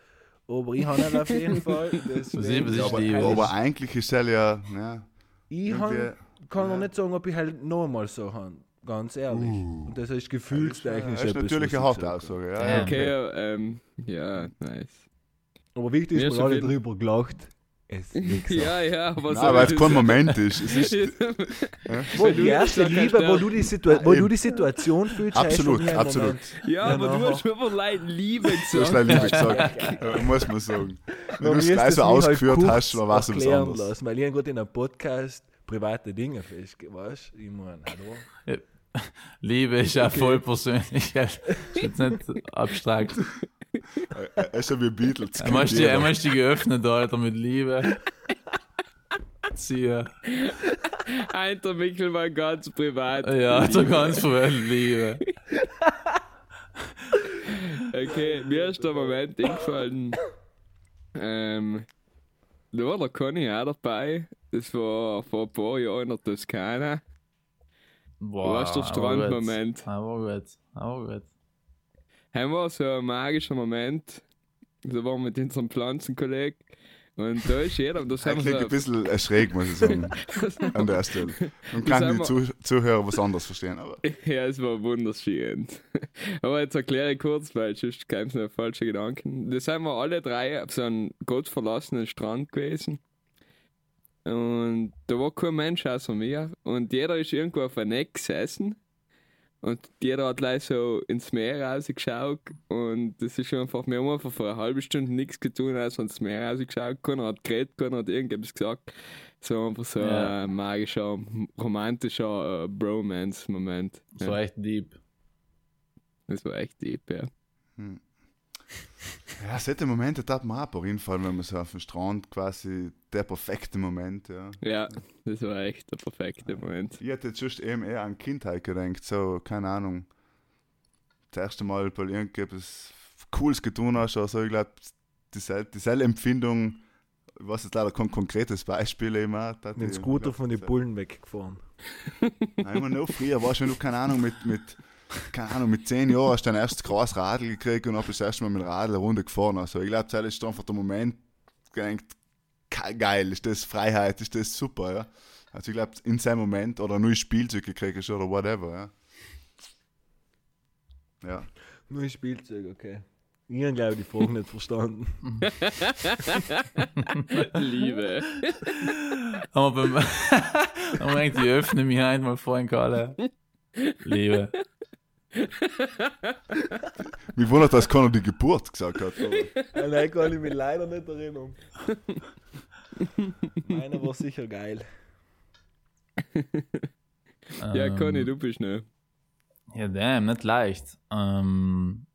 Speaker 2: aber ich habe es auf jeden Fall. deswegen-
Speaker 3: was ist
Speaker 1: Aber,
Speaker 3: Liebe.
Speaker 1: aber eigentlich ist er ja, ja,
Speaker 2: Ich hab,
Speaker 1: irgendwie-
Speaker 2: kann noch nicht sagen, ob ich halt nochmal so habe. Ganz ehrlich. Und das ist gefühlstechnisch.
Speaker 1: das Uh. ist
Speaker 2: etwas,
Speaker 1: natürlich
Speaker 2: was
Speaker 1: eine harte
Speaker 2: ich sag.
Speaker 1: Aussage. Ja,
Speaker 3: Ja.
Speaker 1: ja.
Speaker 5: Okay, ähm, ja, nice.
Speaker 2: Aber wichtig
Speaker 5: Mir
Speaker 2: ist,
Speaker 5: ist
Speaker 2: wir alle
Speaker 5: auf jeden-
Speaker 2: drüber gelacht. Es ist
Speaker 5: Ja, ja, aber
Speaker 1: Nein, weil es kein Moment ist. Es ist
Speaker 2: Wo
Speaker 5: Wenn
Speaker 2: die
Speaker 5: du
Speaker 2: erste
Speaker 5: das sagst,
Speaker 2: Liebe, wo
Speaker 5: dann-
Speaker 2: du die, Situa wo du
Speaker 1: eben.
Speaker 2: die Situation fühlst, hast du
Speaker 1: Absolut,
Speaker 2: nie einen
Speaker 1: absolut.
Speaker 2: Moment.
Speaker 5: Ja, aber
Speaker 2: Genau.
Speaker 5: du hast mir leid Liebe
Speaker 1: Du hast
Speaker 5: gesagt.
Speaker 1: leider Liebe gesagt, äh, muss man sagen. Wenn
Speaker 2: Bei
Speaker 1: du
Speaker 2: mir
Speaker 1: es
Speaker 2: ist
Speaker 1: gleich
Speaker 2: das
Speaker 1: so
Speaker 2: nie halt
Speaker 1: ausgeführt
Speaker 2: kurz
Speaker 1: hast, dann war es was
Speaker 2: erklären
Speaker 1: anderes.
Speaker 2: Lassen, weil ich gerade in einem Podcast private Dinge festge, weißt du? Ich meine, hallo?
Speaker 3: Liebe ist ja voll persönlich. Ist jetzt nicht abstrakt.
Speaker 1: Äh, äh, Ist ja wie Beatles.
Speaker 3: Er möchte, er möchte geöffnet, Alter, mit Liebe. Ziehe.
Speaker 5: Alter Michel war ganz privat.
Speaker 3: Ja, so ganz verwendet Liebe.
Speaker 5: Okay, mir ist der Moment eingefallen, ähm, Da war der Conny auch dabei. Das war vor ein paar Jahren in der Toskana.
Speaker 3: Boah,
Speaker 5: Weißt du,
Speaker 3: aber
Speaker 5: Strandmoment.
Speaker 3: gut. Aber gut, aber gut.
Speaker 5: Haben wir so einen magischen Moment. Da waren wir mit unserem Pflanzenkolleg. Und da ist jeder, das
Speaker 1: Das
Speaker 5: haben
Speaker 1: klingt ein
Speaker 5: wir
Speaker 1: bisschen äh, schräg, muss ich sagen,
Speaker 5: so,
Speaker 1: an der Stelle. Und
Speaker 5: Das
Speaker 1: kann
Speaker 5: haben
Speaker 1: die Zuh Zuhörer was anderes verstehen. Aber
Speaker 5: Ja, es war wunderschön. Aber jetzt erkläre ich kurz, weil sonst kämen es noch falsche Gedanken. Da sind wir alle drei auf so einem gottverlassenen Strand gewesen. Und da war kein Mensch außer mir. Und jeder ist irgendwo auf einem Eck gesessen. Und jeder hat gleich so ins Meer rausgeschaut. Und das ist einfach, wir haben einfach vor einer halben Stunde nichts getan, als ins Meer rausgeschaut. Keiner hat geredet, keiner hat irgendetwas gesagt. So einfach so
Speaker 3: Ja.
Speaker 5: ein magischer, romantischer äh, Bromance-Moment.
Speaker 3: Das
Speaker 5: Ja,
Speaker 3: war echt deep.
Speaker 5: das war echt deep, ja.
Speaker 1: ja, solche Momente darf man auch ein paar hinfallen, wenn man so auf dem Strand quasi der perfekte Moment, ja.
Speaker 5: Ja, das war echt der perfekte Moment.
Speaker 1: Ich hätte jetzt just eben eher an Kindheit gedacht, so, keine Ahnung. Das erste Mal, weil du irgendetwas Cooles getan hast oder so, ich glaube, dieselbe, dieselbe Empfindung, ich weiß jetzt leider kein konkretes Beispiel eben auch. da hätte
Speaker 2: Mit dem
Speaker 1: ich-
Speaker 2: Scooter
Speaker 1: glaub,
Speaker 2: von den
Speaker 1: so-
Speaker 2: Bullen weggefahren.
Speaker 1: Nein, immer noch früher warst du, wenn du, keine Ahnung, mit, mit, keine Ahnung, mit zehn Jahren hast du dein erstes großes Radl gekriegt und dann bist du das erste Mal mit dem Radl eine Runde gefahren. Also ich glaube, das ist einfach der Moment, gedacht, "Ke- geil, ist das Freiheit, ist das super, ja. Also ich glaube, in seinem Moment oder ein neues Spielzeug gekriegt hast oder whatever, ja. Ja.
Speaker 2: Nur Spielzeug, okay. Ich habe, glaube ich, die Frage nicht verstanden.
Speaker 5: Liebe.
Speaker 3: Aber beim. Aber eigentlich öffne mich einmal vor den Kalle. Liebe.
Speaker 1: Mich wundert, dass keiner die Geburt gesagt hat. aber-
Speaker 2: Ah, Nein, kann ich mich leider nicht erinnern. Meiner war sicher geil.
Speaker 5: Ja,
Speaker 3: Ähm,
Speaker 5: Conny, du bist ne.
Speaker 3: Ja, damn, nicht leicht. Ähm,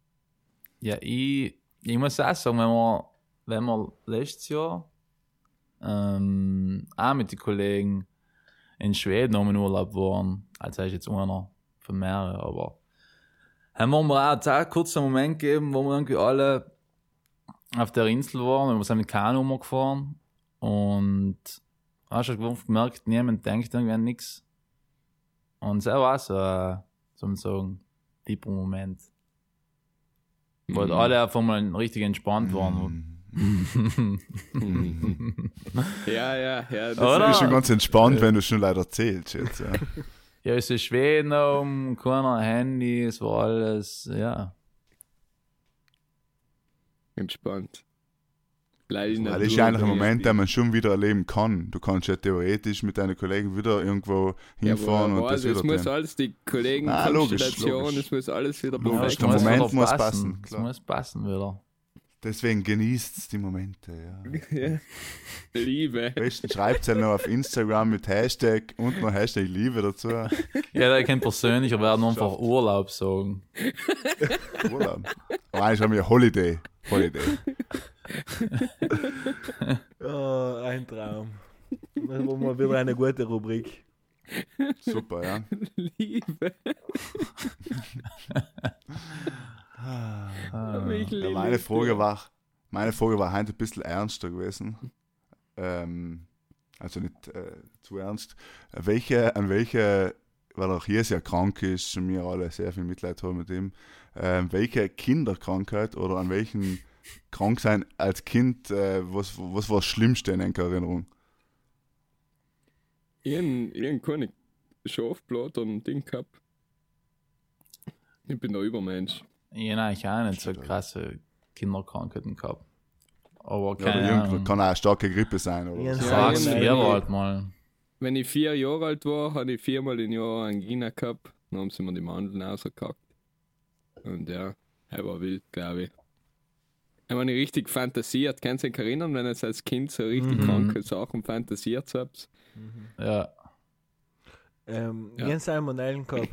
Speaker 3: ja, ich, ich muss auch sagen, wenn wir, wenn wir letztes Jahr ähm, auch mit den Kollegen in Schweden noch in Urlaub waren, also ist jetzt einer von mehreren, aber haben wir mal auch einen kurzen Moment gegeben, wo wir irgendwie alle auf der Insel waren und wir sind mit Kanu umgefahren und hast du gemerkt, niemand denkt irgendwie an nichts. Und so war so äh, ein zum sagen, tiefer Moment. Wo halt
Speaker 5: Mhm.
Speaker 3: alle einfach mal richtig entspannt waren.
Speaker 1: Mhm.
Speaker 5: Ja, ja, ja. Das
Speaker 1: Du
Speaker 3: Oder?
Speaker 1: bist schon ganz entspannt, wenn du schon leider erzählst jetzt. Ja.
Speaker 3: ja, es ist Schweden um, keiner Handy, es war alles, ja.
Speaker 5: Entspannt. Leider
Speaker 1: Weil das ist ja eigentlich ein Moment, den man schon wieder erleben kann. Du kannst ja theoretisch mit deinen Kollegen wieder irgendwo hinfahren und das wieder
Speaker 5: also Es muss
Speaker 1: drehen.
Speaker 5: alles die
Speaker 1: Ah, logisch,
Speaker 5: Kollegenkonstellation,
Speaker 1: logisch.
Speaker 5: es muss alles wieder
Speaker 1: Logisch,
Speaker 5: perfekt
Speaker 1: der
Speaker 5: sein.
Speaker 1: Moment
Speaker 3: wieder
Speaker 1: muss passen,
Speaker 3: Es
Speaker 1: klar.
Speaker 3: muss passen wieder.
Speaker 1: Deswegen genießt die Momente. Ja.
Speaker 5: Ja. Liebe.
Speaker 1: Besten schreibt es halt noch auf Instagram mit Hashtag und noch Hashtag Liebe dazu.
Speaker 3: Ja, da kann persönlicher werden und einfach Urlaub sagen.
Speaker 1: Urlaub. Nein, ich habe mir Holiday. Holiday.
Speaker 2: Oh, ein Traum. Das war mal wieder eine gute Rubrik.
Speaker 1: Super, ja.
Speaker 5: Liebe.
Speaker 3: Ah.
Speaker 5: Ich
Speaker 1: ja
Speaker 5: liebe
Speaker 1: meine
Speaker 5: dich.
Speaker 1: Frage war, meine Frage war heute ein bisschen ernster gewesen. Ähm, also nicht äh, zu ernst. Welche, an welche, weil auch hier sehr krank ist und wir alle sehr viel Mitleid haben mit ihm, ähm, welche Kinderkrankheit oder an welchen Kranksein als Kind, äh, was, was war das Schlimmste in deiner Erinnerung?
Speaker 5: Irgend, irgendeine Schafblatt oder ein Ding gehabt. Ich bin der Übermensch.
Speaker 3: Ja, nein, ich habe auch nicht so krasse Kinderkrankheiten gehabt. Aber
Speaker 1: Ja, oder
Speaker 3: keine
Speaker 1: irgendwo-
Speaker 3: Ahnung.
Speaker 1: kann auch eine starke Grippe sein. Oder
Speaker 2: Ja,
Speaker 1: so.
Speaker 2: so.
Speaker 3: Sag's
Speaker 5: Ja,
Speaker 3: mir
Speaker 5: irgendwie.
Speaker 3: halt mal.
Speaker 5: Wenn ich vier Jahre alt war, hatte ich viermal im Jahr Angina gehabt. Dann haben sie mir die Mandeln rausgekackt. Und ja, er war wild, glaube ich. Und Wenn ich richtig fantasiert, kannst du dich erinnern, wenn ich als Kind so richtig
Speaker 3: Mhm.
Speaker 5: kranke Sachen fantasiert habe?
Speaker 2: Mhm.
Speaker 3: Ja.
Speaker 2: Ähm,
Speaker 5: Ja.
Speaker 2: Jens Salmonellen gehabt.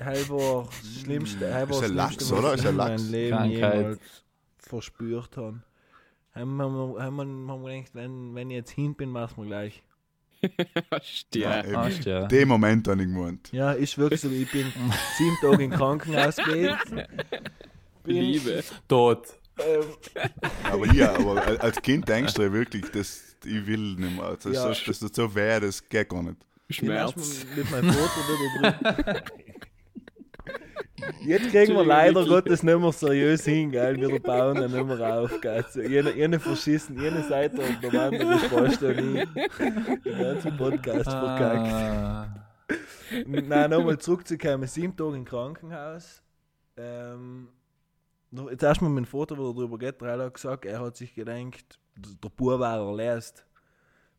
Speaker 2: Halber schlimmste, halber
Speaker 1: Ist ein Lachs, oder? Ist ein Lachs.
Speaker 2: mein Leben
Speaker 3: Krankheit.
Speaker 2: jemals verspürt habe. Haben wir, haben wir, haben wir gedacht, wenn, wenn ich jetzt hin bin, mach's mir gleich.
Speaker 5: Stier.
Speaker 1: eben.
Speaker 3: Hast du ja.
Speaker 1: Den Moment an ich gemeint.
Speaker 2: Ja, ist wirklich so. Ich bin sieben Tage im Krankenhaus gewesen.
Speaker 5: Liebe.
Speaker 3: Tot.
Speaker 2: ähm,
Speaker 1: Aber ja, aber als Kind denkst du ja wirklich, dass ich will nicht mehr. Also,
Speaker 2: Ja.
Speaker 1: so, dass das so wäre, das geht gar nicht.
Speaker 5: Schmerz.
Speaker 2: Ich mit meinem Foto da drin. Jetzt kriegen wir leider Gottes nicht mehr seriös hin, gell? Wir bauen dann nicht mehr auf, gell? So, Jene, jene verschissen, jene Seite und der andere Spaß da nie. Den ganzen Podcast verkackt.
Speaker 3: Ah.
Speaker 2: Nein, nochmal zurückzukommen. Sieben Tage im Krankenhaus. Ähm, noch- jetzt erstmal mein Vater, wo er drüber geht, der hat gesagt, er hat sich gedacht, d- der Bub war erlässt.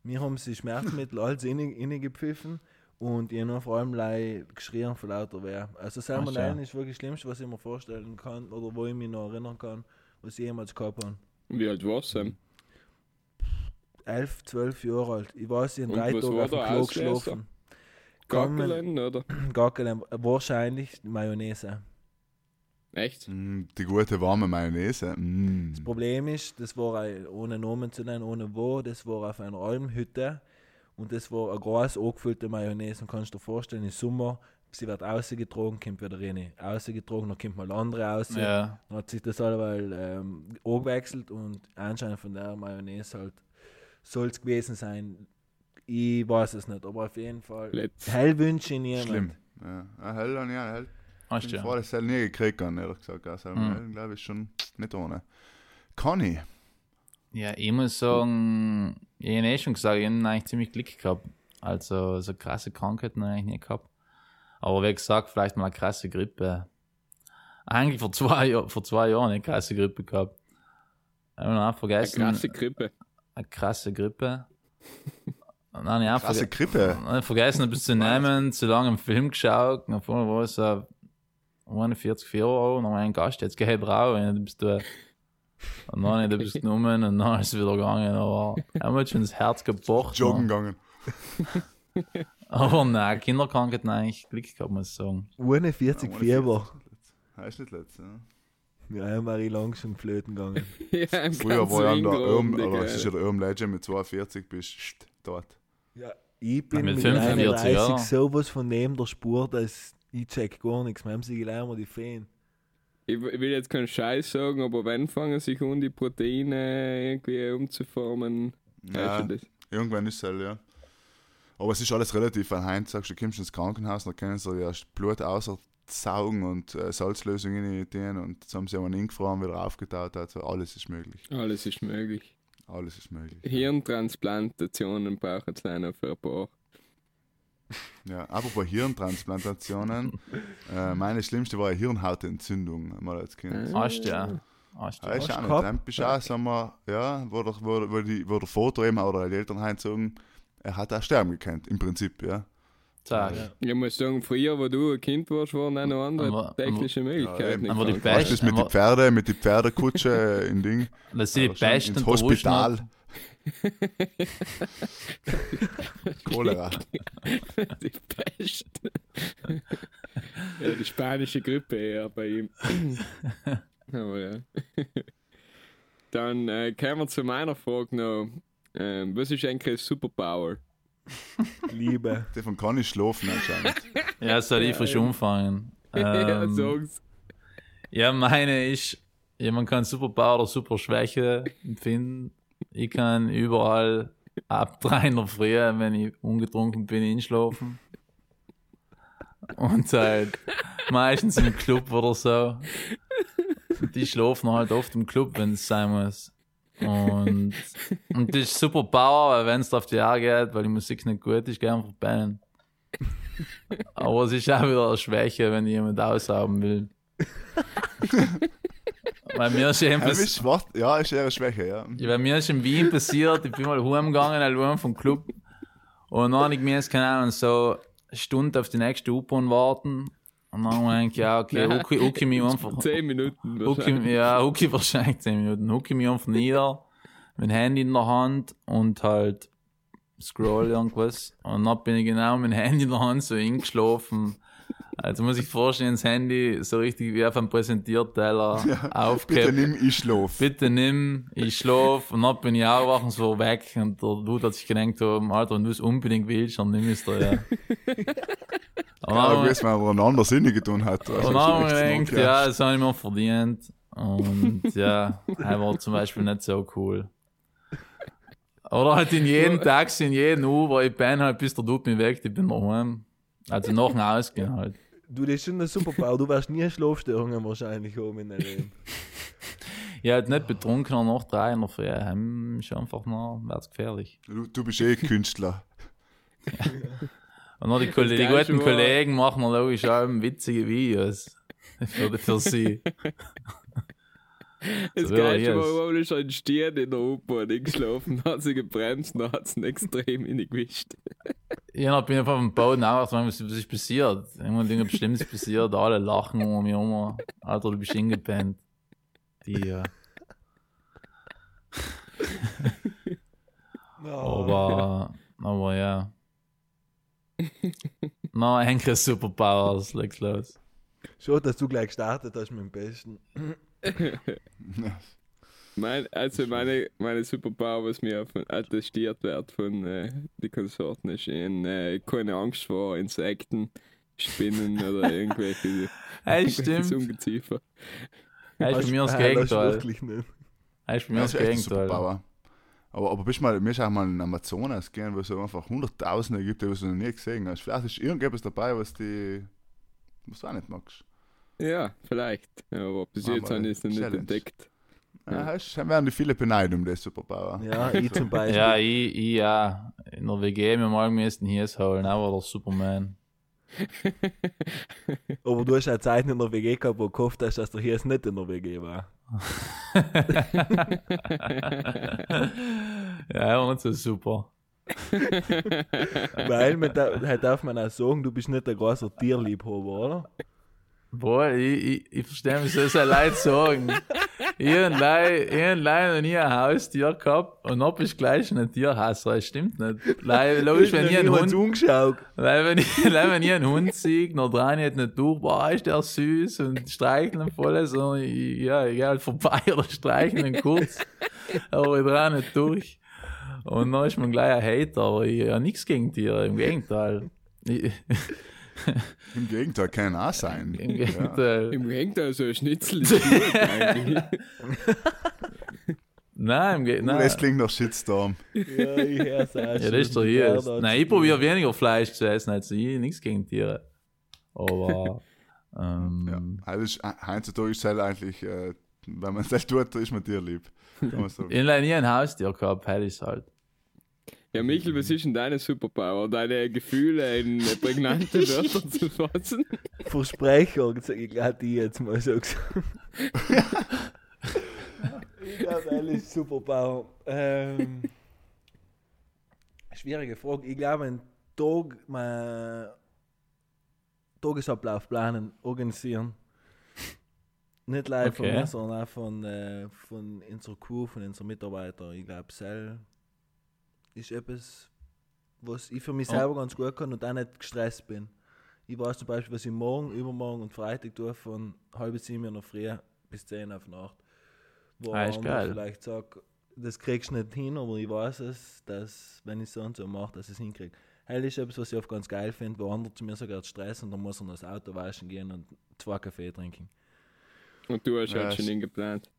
Speaker 2: Wir haben sie Schmerzmittel alles reingepfiffen und ich habe vor allem lei geschrien von lauter Wehr. Also Salmonellen ist wirklich das Schlimmste, was ich mir vorstellen kann oder wo ich mich noch erinnern kann, was ich jemals gehabt habe.
Speaker 5: Wie alt war's denn?
Speaker 2: Elf, zwölf Jahre alt. Ich weiß, ich habe
Speaker 5: Und
Speaker 2: drei
Speaker 5: was
Speaker 2: Tage
Speaker 5: war
Speaker 2: auf dem
Speaker 5: der
Speaker 2: Klo
Speaker 5: Auslöser?
Speaker 2: geschlafen. Kommen-
Speaker 5: Gartelen, oder?
Speaker 2: Gar kein, wahrscheinlich Mayonnaise.
Speaker 5: Echt?
Speaker 1: Mm, Die gute warme Mayonnaise. Mm.
Speaker 2: Das Problem ist, das war ein, ohne Namen zu nennen, ohne wo, das war auf einer Almhütte und das war eine groß angefüllte Mayonnaise. Und kannst du dir vorstellen, im Sommer, sie wird rausgetragen, kommt wieder rein. Rausgetragen, dann kommt mal andere raus.
Speaker 3: Ja.
Speaker 2: Dann hat sich das alleweil ähm, angewechselt und anscheinend von der Mayonnaise halt soll es gewesen sein. Ich weiß es nicht, aber auf jeden Fall.
Speaker 5: Let's.
Speaker 2: Hellwünsche in jemand.
Speaker 1: Schlimm. Ja, ein Hell, ja, ein Hell.
Speaker 3: Hast
Speaker 1: Ich
Speaker 3: du
Speaker 1: ja.
Speaker 3: ja.
Speaker 1: vorher selber nie gekriegt, habe, ehrlich gesagt. Also, mm. glaube ich schon nicht ohne. Conny,
Speaker 3: Ja, ich muss sagen, ich habe eh schon gesagt, ich habe eigentlich ziemlich Glück gehabt. Also, so krasse Krankheiten habe ich eigentlich nie gehabt. Aber wie gesagt, vielleicht mal eine krasse Grippe. Eigentlich vor zwei, Jahr- vor zwei Jahren eine krasse Grippe gehabt. Ich habe noch
Speaker 5: Eine
Speaker 3: vergessen.
Speaker 5: krasse Krippe.
Speaker 3: eine krasse Grippe. Und dann ja,
Speaker 1: krasse
Speaker 3: verge
Speaker 1: Krippe.
Speaker 3: dann Äh, vergessen etwas zu nehmen, zu lange im Film geschaut. Und vorne war es äh, 41 Euro. Und dann ein Gast, jetzt geh ich brauchen. Und dann bist du. Und dann hat er etwas genommen und dann ist es wieder gegangen. Aber er hat schon das Herz gebocht.
Speaker 1: Joggen
Speaker 3: ne?
Speaker 1: gegangen.
Speaker 3: Aber nein, Kinderkrankheiten eigentlich Glück gehabt, muss ich sagen.
Speaker 2: Ohne
Speaker 1: Ah,
Speaker 2: 40 Fieber.
Speaker 1: Heißt nicht ne? letztes, ja.
Speaker 2: Ja, Marie Lang schon flöten gegangen.
Speaker 5: Ja, im
Speaker 1: Früher war ja in der Irm, oder es ist ja
Speaker 5: Digga.
Speaker 1: der Irm Legend mit 42 bist pst, dort.
Speaker 2: Ja, ich bin
Speaker 3: Mit
Speaker 2: mit,
Speaker 3: 45
Speaker 2: 31
Speaker 3: Jahren.
Speaker 2: sowas von neben der Spur, dass ich check gar nichts. Wir haben sie gelernt, wo die Feen.
Speaker 5: Ich w- will jetzt keinen Scheiß sagen, aber wenn fangen sich an, die Proteine irgendwie umzuformen?
Speaker 1: Ja,
Speaker 5: Weißt du das?
Speaker 1: irgendwann ist es hell, ja. Aber es ist alles relativ. Wenn Heinz sagst, du kommst ins Krankenhaus, dann können sie dir erst Blut aussaugen und äh, Salzlösung in die Tieren und jetzt haben sie jemanden hingefroren, wieder aufgetaut. Also alles ist möglich.
Speaker 5: Alles ist möglich.
Speaker 1: Alles ist möglich.
Speaker 5: Hirntransplantationen brauchen es leider für ein paar.
Speaker 1: Ja, apropos Hirntransplantationen. äh, meine schlimmste war eine Hirnhautentzündung mal als Kind.
Speaker 3: Hast du ja. Äh, Hast du
Speaker 1: Ja,
Speaker 3: ja.
Speaker 1: ist auch nicht.
Speaker 2: gehabt?
Speaker 1: Dann bist du auch, sagen wir, ja, wo der, wo, wo, die, wo der Vater eben oder die Eltern heimzogen, er hat auch sterben gekannt, im Prinzip, ja.
Speaker 3: Zack.
Speaker 5: Ich muss sagen, früher, wo du ein Kind warst, waren auch noch andere
Speaker 3: Aber-
Speaker 5: technische
Speaker 1: eben.
Speaker 5: Möglichkeiten. im
Speaker 3: Aber die
Speaker 5: Krankenhaus.
Speaker 1: Weißt du, das mit den
Speaker 3: aber-
Speaker 1: Pferden, mit den Pferdekutsche äh, in Ding.
Speaker 3: Das sind die
Speaker 1: Aber schon
Speaker 3: besten
Speaker 1: Ins
Speaker 3: Drogen-
Speaker 1: Hospital. Cholera.
Speaker 5: die Pest. ja, die spanische Grippe eher bei ihm. Aber ja. Dann äh, kommen wir zu meiner Frage noch. Ähm, was ist eigentlich eine Superpower?
Speaker 2: Liebe.
Speaker 1: Der von Conny schlafen anscheinend.
Speaker 3: Ja, soll ich frisch umfangen.
Speaker 5: ja,
Speaker 3: Ähm,
Speaker 5: sag's.
Speaker 3: Ja, meine ist, ja, man kann Superpower oder Superschwäche empfinden. Ich kann überall ab 3 in der Früh, wenn ich ungetrunken bin, hinschlafen. Und halt meistens im Club oder so. Die schlafen halt oft im Club, wenn es sein muss. Und, und das ist Superpower, wenn es auf die Jahre geht, weil die Musik nicht gut ist, gerne verbannen. Aber es ist auch wieder eine Schwäche, wenn jemand aushaben will. Bei mir ist eben
Speaker 1: Er ist schwach, ja, ist eher eine Schwäche, ja.
Speaker 3: ja, bei mir ist in Wien passiert, ich bin mal heimgegangen, allein vom Club. Und dann habe ich mir, keine Ahnung, so eine Stunde auf die nächste U-Bahn warten. Und dann habe ich gedacht, ja, okay, hucke hucke mich einfach.
Speaker 5: Zehn Minuten. wahrscheinlich.
Speaker 3: Hucke, ja, hucke wahrscheinlich 10 Minuten. Hucke mich einfach nieder, mein Handy in der Hand und halt scroll irgendwas. Und dann bin ich genau mit dem Handy in der Hand so hingeschlafen. Also muss ich vorstellen, das Handy so richtig wie auf einem Präsentierteller
Speaker 1: Bitte
Speaker 3: aufgehebt.
Speaker 1: nimm ich schlaf.
Speaker 3: Bitte nimm, ich schlaf und dann bin ich auch wach und so weg. Und der Dude hat sich gedacht, oh, Alter, wenn du es unbedingt willst, dann nimm es da, ja. Und
Speaker 1: Ja,
Speaker 3: dann,
Speaker 1: ich weiß, wenn er einen anderen Sinne getan hat. Also,
Speaker 3: und dann
Speaker 1: ist
Speaker 3: habe ich
Speaker 1: echt
Speaker 3: mir gedacht,
Speaker 1: Snock, ja.
Speaker 3: ja, das habe ich mir verdient. Und ja, er war zum Beispiel nicht so cool. Oder halt in jedem Taxi, in jedem Uber, ich bin halt bis der Dude mich weg, ich bin daheim. Also nach dem Ausgehen halt.
Speaker 2: Du, das ist schon eine Superpower. Du wirst nie Schlafstörungen wahrscheinlich haben in deinem Leben.
Speaker 3: Ja, halt nicht betrunken nach drei in der Früh, heim ist einfach noch, wär's gefährlich.
Speaker 1: Du, du bist eh Künstler.
Speaker 3: Und noch die, Kolle die
Speaker 5: Geilste
Speaker 3: guten
Speaker 5: war-
Speaker 3: Kollegen machen logisch auch witzige Videos. Für, für sie.
Speaker 5: Das
Speaker 3: So, ja,
Speaker 5: Geilste
Speaker 3: yes.
Speaker 5: war, wo ist ein Stier in der U-Bahn geschlafen, hat sie gebremst und hat ihn extrem in die gewischt.
Speaker 3: Ja, dann bin ich einfach auf dem Boden angewacht, was, was ist passiert? Irgendwann Dinge Bestimmtes passiert, alle lachen um mich herum. Alter, du bist hingepennt. Die, äh, aber, aber ja. Na, enkle Superpowers, leg's los.
Speaker 2: Schon, dass du gleich gestartet hast mit dem Besten.
Speaker 5: Mein, also meine, meine Superpower, was mir von attestiert wird von äh, den Konsorten, ist in, äh, keine Angst vor Insekten, Spinnen oder irgendwelche
Speaker 3: Hey,
Speaker 5: irgendwelches
Speaker 3: stimmt.
Speaker 5: Ungeziefer.
Speaker 3: Hey, ist bei mir das
Speaker 2: Ah, das ist
Speaker 3: Gegenteil.
Speaker 2: wirklich nicht.
Speaker 3: Hey, ist bei mir
Speaker 1: Das
Speaker 3: das
Speaker 1: ist echt ein
Speaker 3: Gegenteil.
Speaker 1: Superpower. Aber, aber bist mal, mir ist auch mal in Amazonas gehen, wo es so einfach Hunderttausende gibt, die du noch nie gesehen hast. Vielleicht ist irgendetwas dabei, was, die, was du auch nicht magst.
Speaker 5: Ja, vielleicht. Aber bis
Speaker 1: Machen
Speaker 5: jetzt
Speaker 1: wir
Speaker 5: habe ich es noch nicht
Speaker 1: Challenge.
Speaker 5: entdeckt.
Speaker 1: Ja, hast, dann werden die viele beneidet um das Superpower.
Speaker 2: Ja, ich zum Beispiel.
Speaker 3: Ja, ich, ich, ja. In der WG, wir morgen müssen hier holen, aber der Superman.
Speaker 2: Aber du hast auch Zeiten in der WG gehabt, wo du gehofft hast, dass der Hirs nicht in der WG war.
Speaker 3: ja, und so super.
Speaker 2: Weil, man da, halt darf man auch sagen, du bist nicht ein großer Tierliebhaber, oder?
Speaker 3: Boah, ich, ich, ich verstehe mich so, so Leute sagen. Ich und Leute, ich und Leute noch nie ein Haustier gehabt und dann bist du gleich ein Tierhasser. Das stimmt nicht. Leute, logisch, wenn ich einen Hund,
Speaker 2: umgeschaut.
Speaker 3: Weil wenn ich, weil wenn ich einen Hund sehe, noch dran hätte nicht durch, boah, ist der süß und streichel ihn voll, sondern ich, ja, ich gehe halt vorbei oder streichel ihn kurz, aber ich dran nicht durch. Und dann ist man gleich ein Hater, aber ich habe nichts gegen Tiere, im Gegenteil. Ich,
Speaker 1: Im Gegenteil, kann auch sein.
Speaker 3: Im Gegenteil.
Speaker 5: Im Gegenteil, so ein Schnitzel ist gut eigentlich.
Speaker 3: Nein, im Gegenteil.
Speaker 1: Ja. Das klingt nach Shitstorm.
Speaker 2: Ja, ich hör's auch
Speaker 3: Ja, das ist doch hier. Nein, ich probiere weniger Fleisch zu essen als ich, nichts gegen Tiere. Aber,
Speaker 1: Ja.
Speaker 3: ähm,
Speaker 1: Alles, heutzutage ist es halt eigentlich, äh, wenn man es nicht tut, ist man dir lieb. Kann man sagen.
Speaker 3: ich habe nie ein Haustier gehabt, hätte ich es halt.
Speaker 5: Ja, Michel, was ist denn deine Superpower? Deine Gefühle in prägnante Wörter zu fassen?
Speaker 2: Versprecher, ich hatte ich jetzt mal so gesagt. ich glaube, alles Superpower. Ähm, schwierige Frage. Ich glaube, ein Tag, mein Tagesablauf planen, organisieren. Nicht live von
Speaker 3: Okay.
Speaker 2: mir, sondern auch von, äh, von unserer Crew, von unseren Mitarbeitern. Ich glaube, Cell ist etwas, was ich für mich
Speaker 3: Oh.
Speaker 2: selber ganz gut kann und auch nicht gestresst bin. Ich weiß zum Beispiel, was ich morgen, übermorgen und Freitag tue, von halb sieben in der Früh bis zehn auf Nacht. Wo
Speaker 3: Ah,
Speaker 2: ah,
Speaker 3: ist geil.
Speaker 2: vielleicht sagt, das kriegst du nicht hin, aber ich weiß es, dass, wenn ich so und so mache, dass ich es hinkriege. Heil ist etwas, was ich oft ganz geil finde, wo andere zu mir sogar Stress und dann muss er noch das Auto waschen gehen und zwei Kaffee trinken.
Speaker 5: Und du hast
Speaker 1: Ja,
Speaker 5: halt schon
Speaker 1: es-
Speaker 5: hingeplant.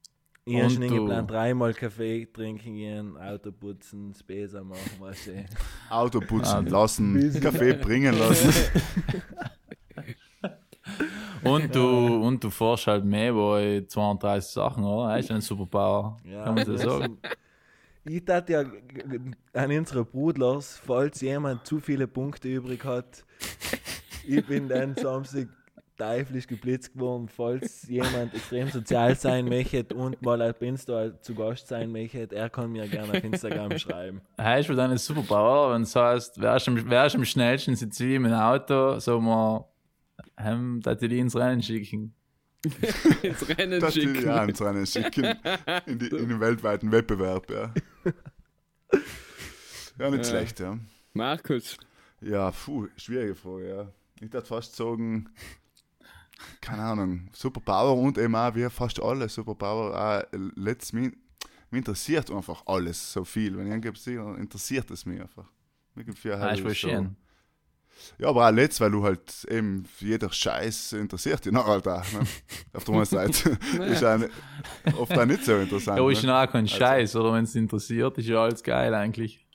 Speaker 2: Ich habe
Speaker 3: Und
Speaker 2: schon
Speaker 3: du?
Speaker 2: hingeplant, dreimal Kaffee trinken gehen, Auto putzen, Späße machen, was ich.
Speaker 1: Auto putzen lassen, Kaffee bringen lassen.
Speaker 3: Und du, und du fährst halt mehr bei 32 Sachen, oder? Das ist ein Superpower. kann man so
Speaker 2: das
Speaker 3: sagen.
Speaker 2: sind- Ich dachte ja g- g- an unsere Brudlers, falls jemand zu viele Punkte übrig hat, ich bin dann Samstag teuflisch geblitzt geworden, falls jemand extrem sozial sein möchte und mal auf Insta zu Gast sein möchte, er kann mir gerne auf Instagram schreiben.
Speaker 3: Heißt für deine Superpower, wenn es heißt, wärst du am- wärst du am schnellsten, sitze ich im Auto, so mal, ähm, dass die die ins Rennen schicken.
Speaker 5: Ins Rennen
Speaker 1: Das
Speaker 5: schicken.
Speaker 1: die ja ins Rennen schicken. In, die, in den weltweiten Wettbewerb, ja. Ja, nicht
Speaker 5: Ja.
Speaker 1: schlecht, ja.
Speaker 5: Markus,
Speaker 1: Ja, puh, schwierige Frage, ja. Ich würde fast sagen, keine Ahnung, Superpower und eben auch wie fast alles Superpower, auch letztes mich, mich interessiert einfach alles so viel. Wenn ich angebe, interessiert es mich einfach. Mir gibt viel
Speaker 3: Heißt
Speaker 1: Heil-
Speaker 3: voll
Speaker 1: so.
Speaker 3: Ah, schön.
Speaker 1: Ja, aber auch letzt, weil du halt eben jeder Scheiß interessiert dich nachher halt auch. Ne? Auf der einen Seite ist auch nicht- oft auch nicht so interessant.
Speaker 3: Ja, ist
Speaker 1: ne?
Speaker 3: ja auch kein Scheiß, oder wenn es interessiert, ist ja alles geil eigentlich.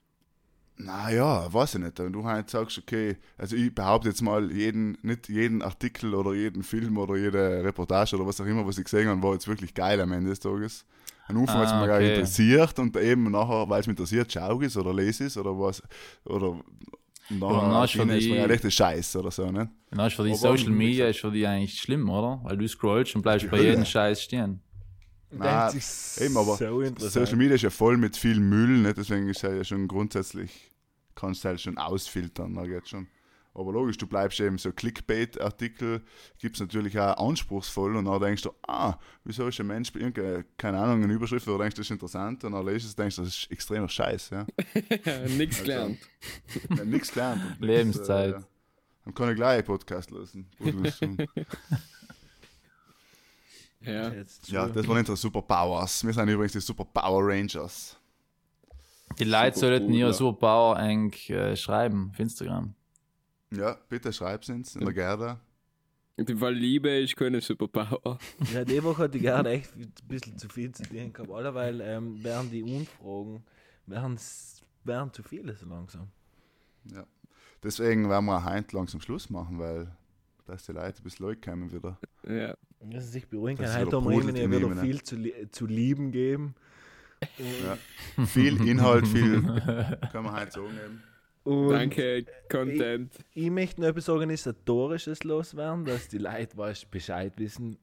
Speaker 1: Naja, weiß ich nicht. Wenn du halt sagst, okay, also ich behaupte jetzt mal, jeden, nicht jeden Artikel oder jeden Film oder jede Reportage oder was auch immer, was ich gesehen habe, war jetzt wirklich geil am Ende des Tages. Am Anfang hat es
Speaker 3: Ah,
Speaker 1: mich gar
Speaker 3: okay.
Speaker 1: nicht interessiert und eben nachher, weil es mich interessiert, schau ich es oder lese ich es oder was. Oder
Speaker 3: dann
Speaker 1: nachher
Speaker 3: hast du
Speaker 1: erschienen ist
Speaker 3: die-
Speaker 1: mir ja rechte Scheiß oder so, ne?
Speaker 3: Und dann Genau, ist für die
Speaker 1: Aber
Speaker 3: Social
Speaker 1: eben, wie
Speaker 3: Media ist für die eigentlich schlimm, oder? Weil du scrollst und bleibst
Speaker 1: Die
Speaker 3: bei
Speaker 1: Hölle.
Speaker 3: jedem Scheiß stehen.
Speaker 1: Na,
Speaker 2: Das ist
Speaker 1: eben, aber
Speaker 2: so interessant.
Speaker 1: Social Media ist ja voll mit viel Müll, ne? deswegen ist er ja schon grundsätzlich, kannst du halt schon ausfiltern, na geht schon. Aber logisch, du bleibst eben so Clickbait-Artikel, gibt es natürlich auch anspruchsvoll und dann denkst du, ah, wieso ist ein Mensch, bei irgendeiner- keine Ahnung, eine Überschrift, oder denkst du, das ist interessant und dann lest du es, denkst du, das ist extremer Scheiß, ja. Also.
Speaker 5: Nichts gelernt.
Speaker 1: Ja, Nichts gelernt. Und
Speaker 3: Lebenszeit.
Speaker 1: Das, äh, ja. Dann kann ich gleich einen Podcast lösen.
Speaker 5: Ja.
Speaker 2: Jetzt
Speaker 1: ja, das waren unsere Superpowers. Wir sind übrigens die Super Power Rangers.
Speaker 3: Die Leute
Speaker 5: Super
Speaker 3: sollten
Speaker 5: cool,
Speaker 3: ihre
Speaker 5: ja.
Speaker 3: Superpower eng äh, schreiben auf Instagram.
Speaker 1: Ja, bitte schreib's uns in der Gerda.
Speaker 5: In dem Fall Liebe ist keine Superpower.
Speaker 2: Ja, die Woche hatte ich gerade echt ein bisschen zu viel zu tun gehabt. Allerweil ähm, wären die Unfragen, wären, s- wären zu viele so langsam.
Speaker 1: Deswegen werden wir heute langsam Schluss machen, weil dass die Leute bis Leute kommen wieder.
Speaker 5: Ja.
Speaker 2: Dass sie sich beruhigen
Speaker 1: Das
Speaker 2: kann. Halt
Speaker 1: ist
Speaker 2: Heute
Speaker 1: wieder
Speaker 2: haben wir ihnen
Speaker 1: brudelt
Speaker 2: ja
Speaker 1: in
Speaker 2: wieder
Speaker 1: ihm, ne?
Speaker 2: viel zu, li- zu lieben geben.
Speaker 1: Viel Inhalt, viel können wir heute sagen. eben.
Speaker 2: Und
Speaker 5: Danke, Content.
Speaker 2: ich möchte noch etwas Organisatorisches loswerden, dass die Leute weißt, Bescheid wissen.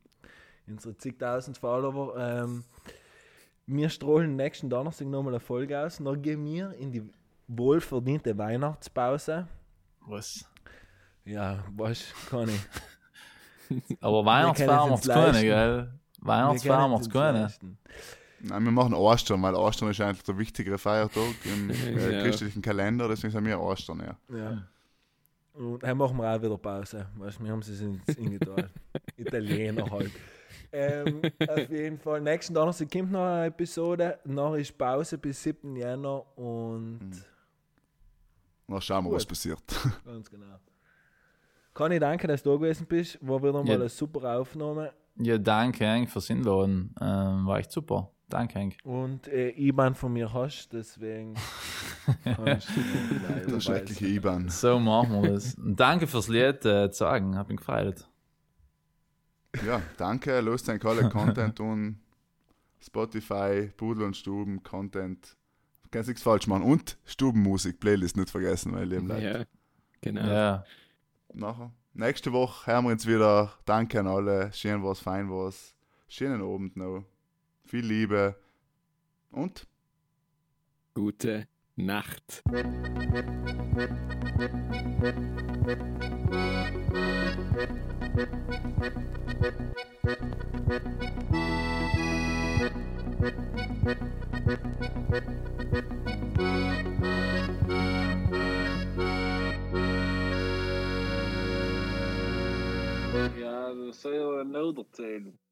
Speaker 2: Unsere zigtausend Follower. Ähm, wir strahlen nächsten Donnerstag nochmal eine Folge aus. Dann gehen wir in die wohlverdiente Weihnachtspause.
Speaker 3: Was?
Speaker 2: Ja, weißt du, kann ich.
Speaker 3: Aber
Speaker 2: Wir
Speaker 3: Weihnachtsfeier
Speaker 2: können es
Speaker 3: macht's
Speaker 2: uns
Speaker 3: keine,
Speaker 2: leisten.
Speaker 3: gell?
Speaker 2: Wir
Speaker 3: Weihnachtsfeier
Speaker 2: können
Speaker 3: macht's ne?
Speaker 2: uns
Speaker 3: keine.
Speaker 2: leisten.
Speaker 1: Nein, wir machen Ostern, weil Ostern ist eigentlich der wichtigere Feiertag im äh,
Speaker 5: Ja.
Speaker 1: christlichen Kalender, deswegen sind wir Ostern, ja.
Speaker 2: Ja. Und dann machen wir auch wieder Pause. Weißt, du, wir haben sie in, in Italien. Italiener halt. ähm, auf jeden Fall, nächsten Donnerstag kommt noch eine Episode. Noch ist Pause bis 7. Januar und
Speaker 1: Dann schauen wir, was
Speaker 2: Gut.
Speaker 1: passiert.
Speaker 2: ganz genau. Conny, danke, dass du da gewesen bist. War wieder mal
Speaker 3: Ja.
Speaker 2: eine super Aufnahme.
Speaker 3: Ja, danke Henk fürs Hinladen. Ähm, war echt super. Danke Henk.
Speaker 2: Und äh, IBAN von mir hast, deswegen kannst du mir gleich
Speaker 1: Der
Speaker 2: überweisen.
Speaker 1: schreckliche IBAN.
Speaker 3: So machen wir das. Und danke fürs Lied äh, zu sagen. Hab mich gefreut.
Speaker 1: Ja, danke, löst dein alle Content und Spotify, Pudel und Stuben, Content. Kannst nichts falsch machen. Und Stubenmusik, Playlist nicht vergessen, mein Leben Leute.
Speaker 5: Ja. Genau.
Speaker 3: Ja.
Speaker 1: nachher. Nächste Woche hören wir uns wieder. Danke an alle. Schön was, fein was. Schönen Abend noch. Viel Liebe. Und
Speaker 5: Gute Nacht.
Speaker 4: Ja, dat zou je wel een nodig telen.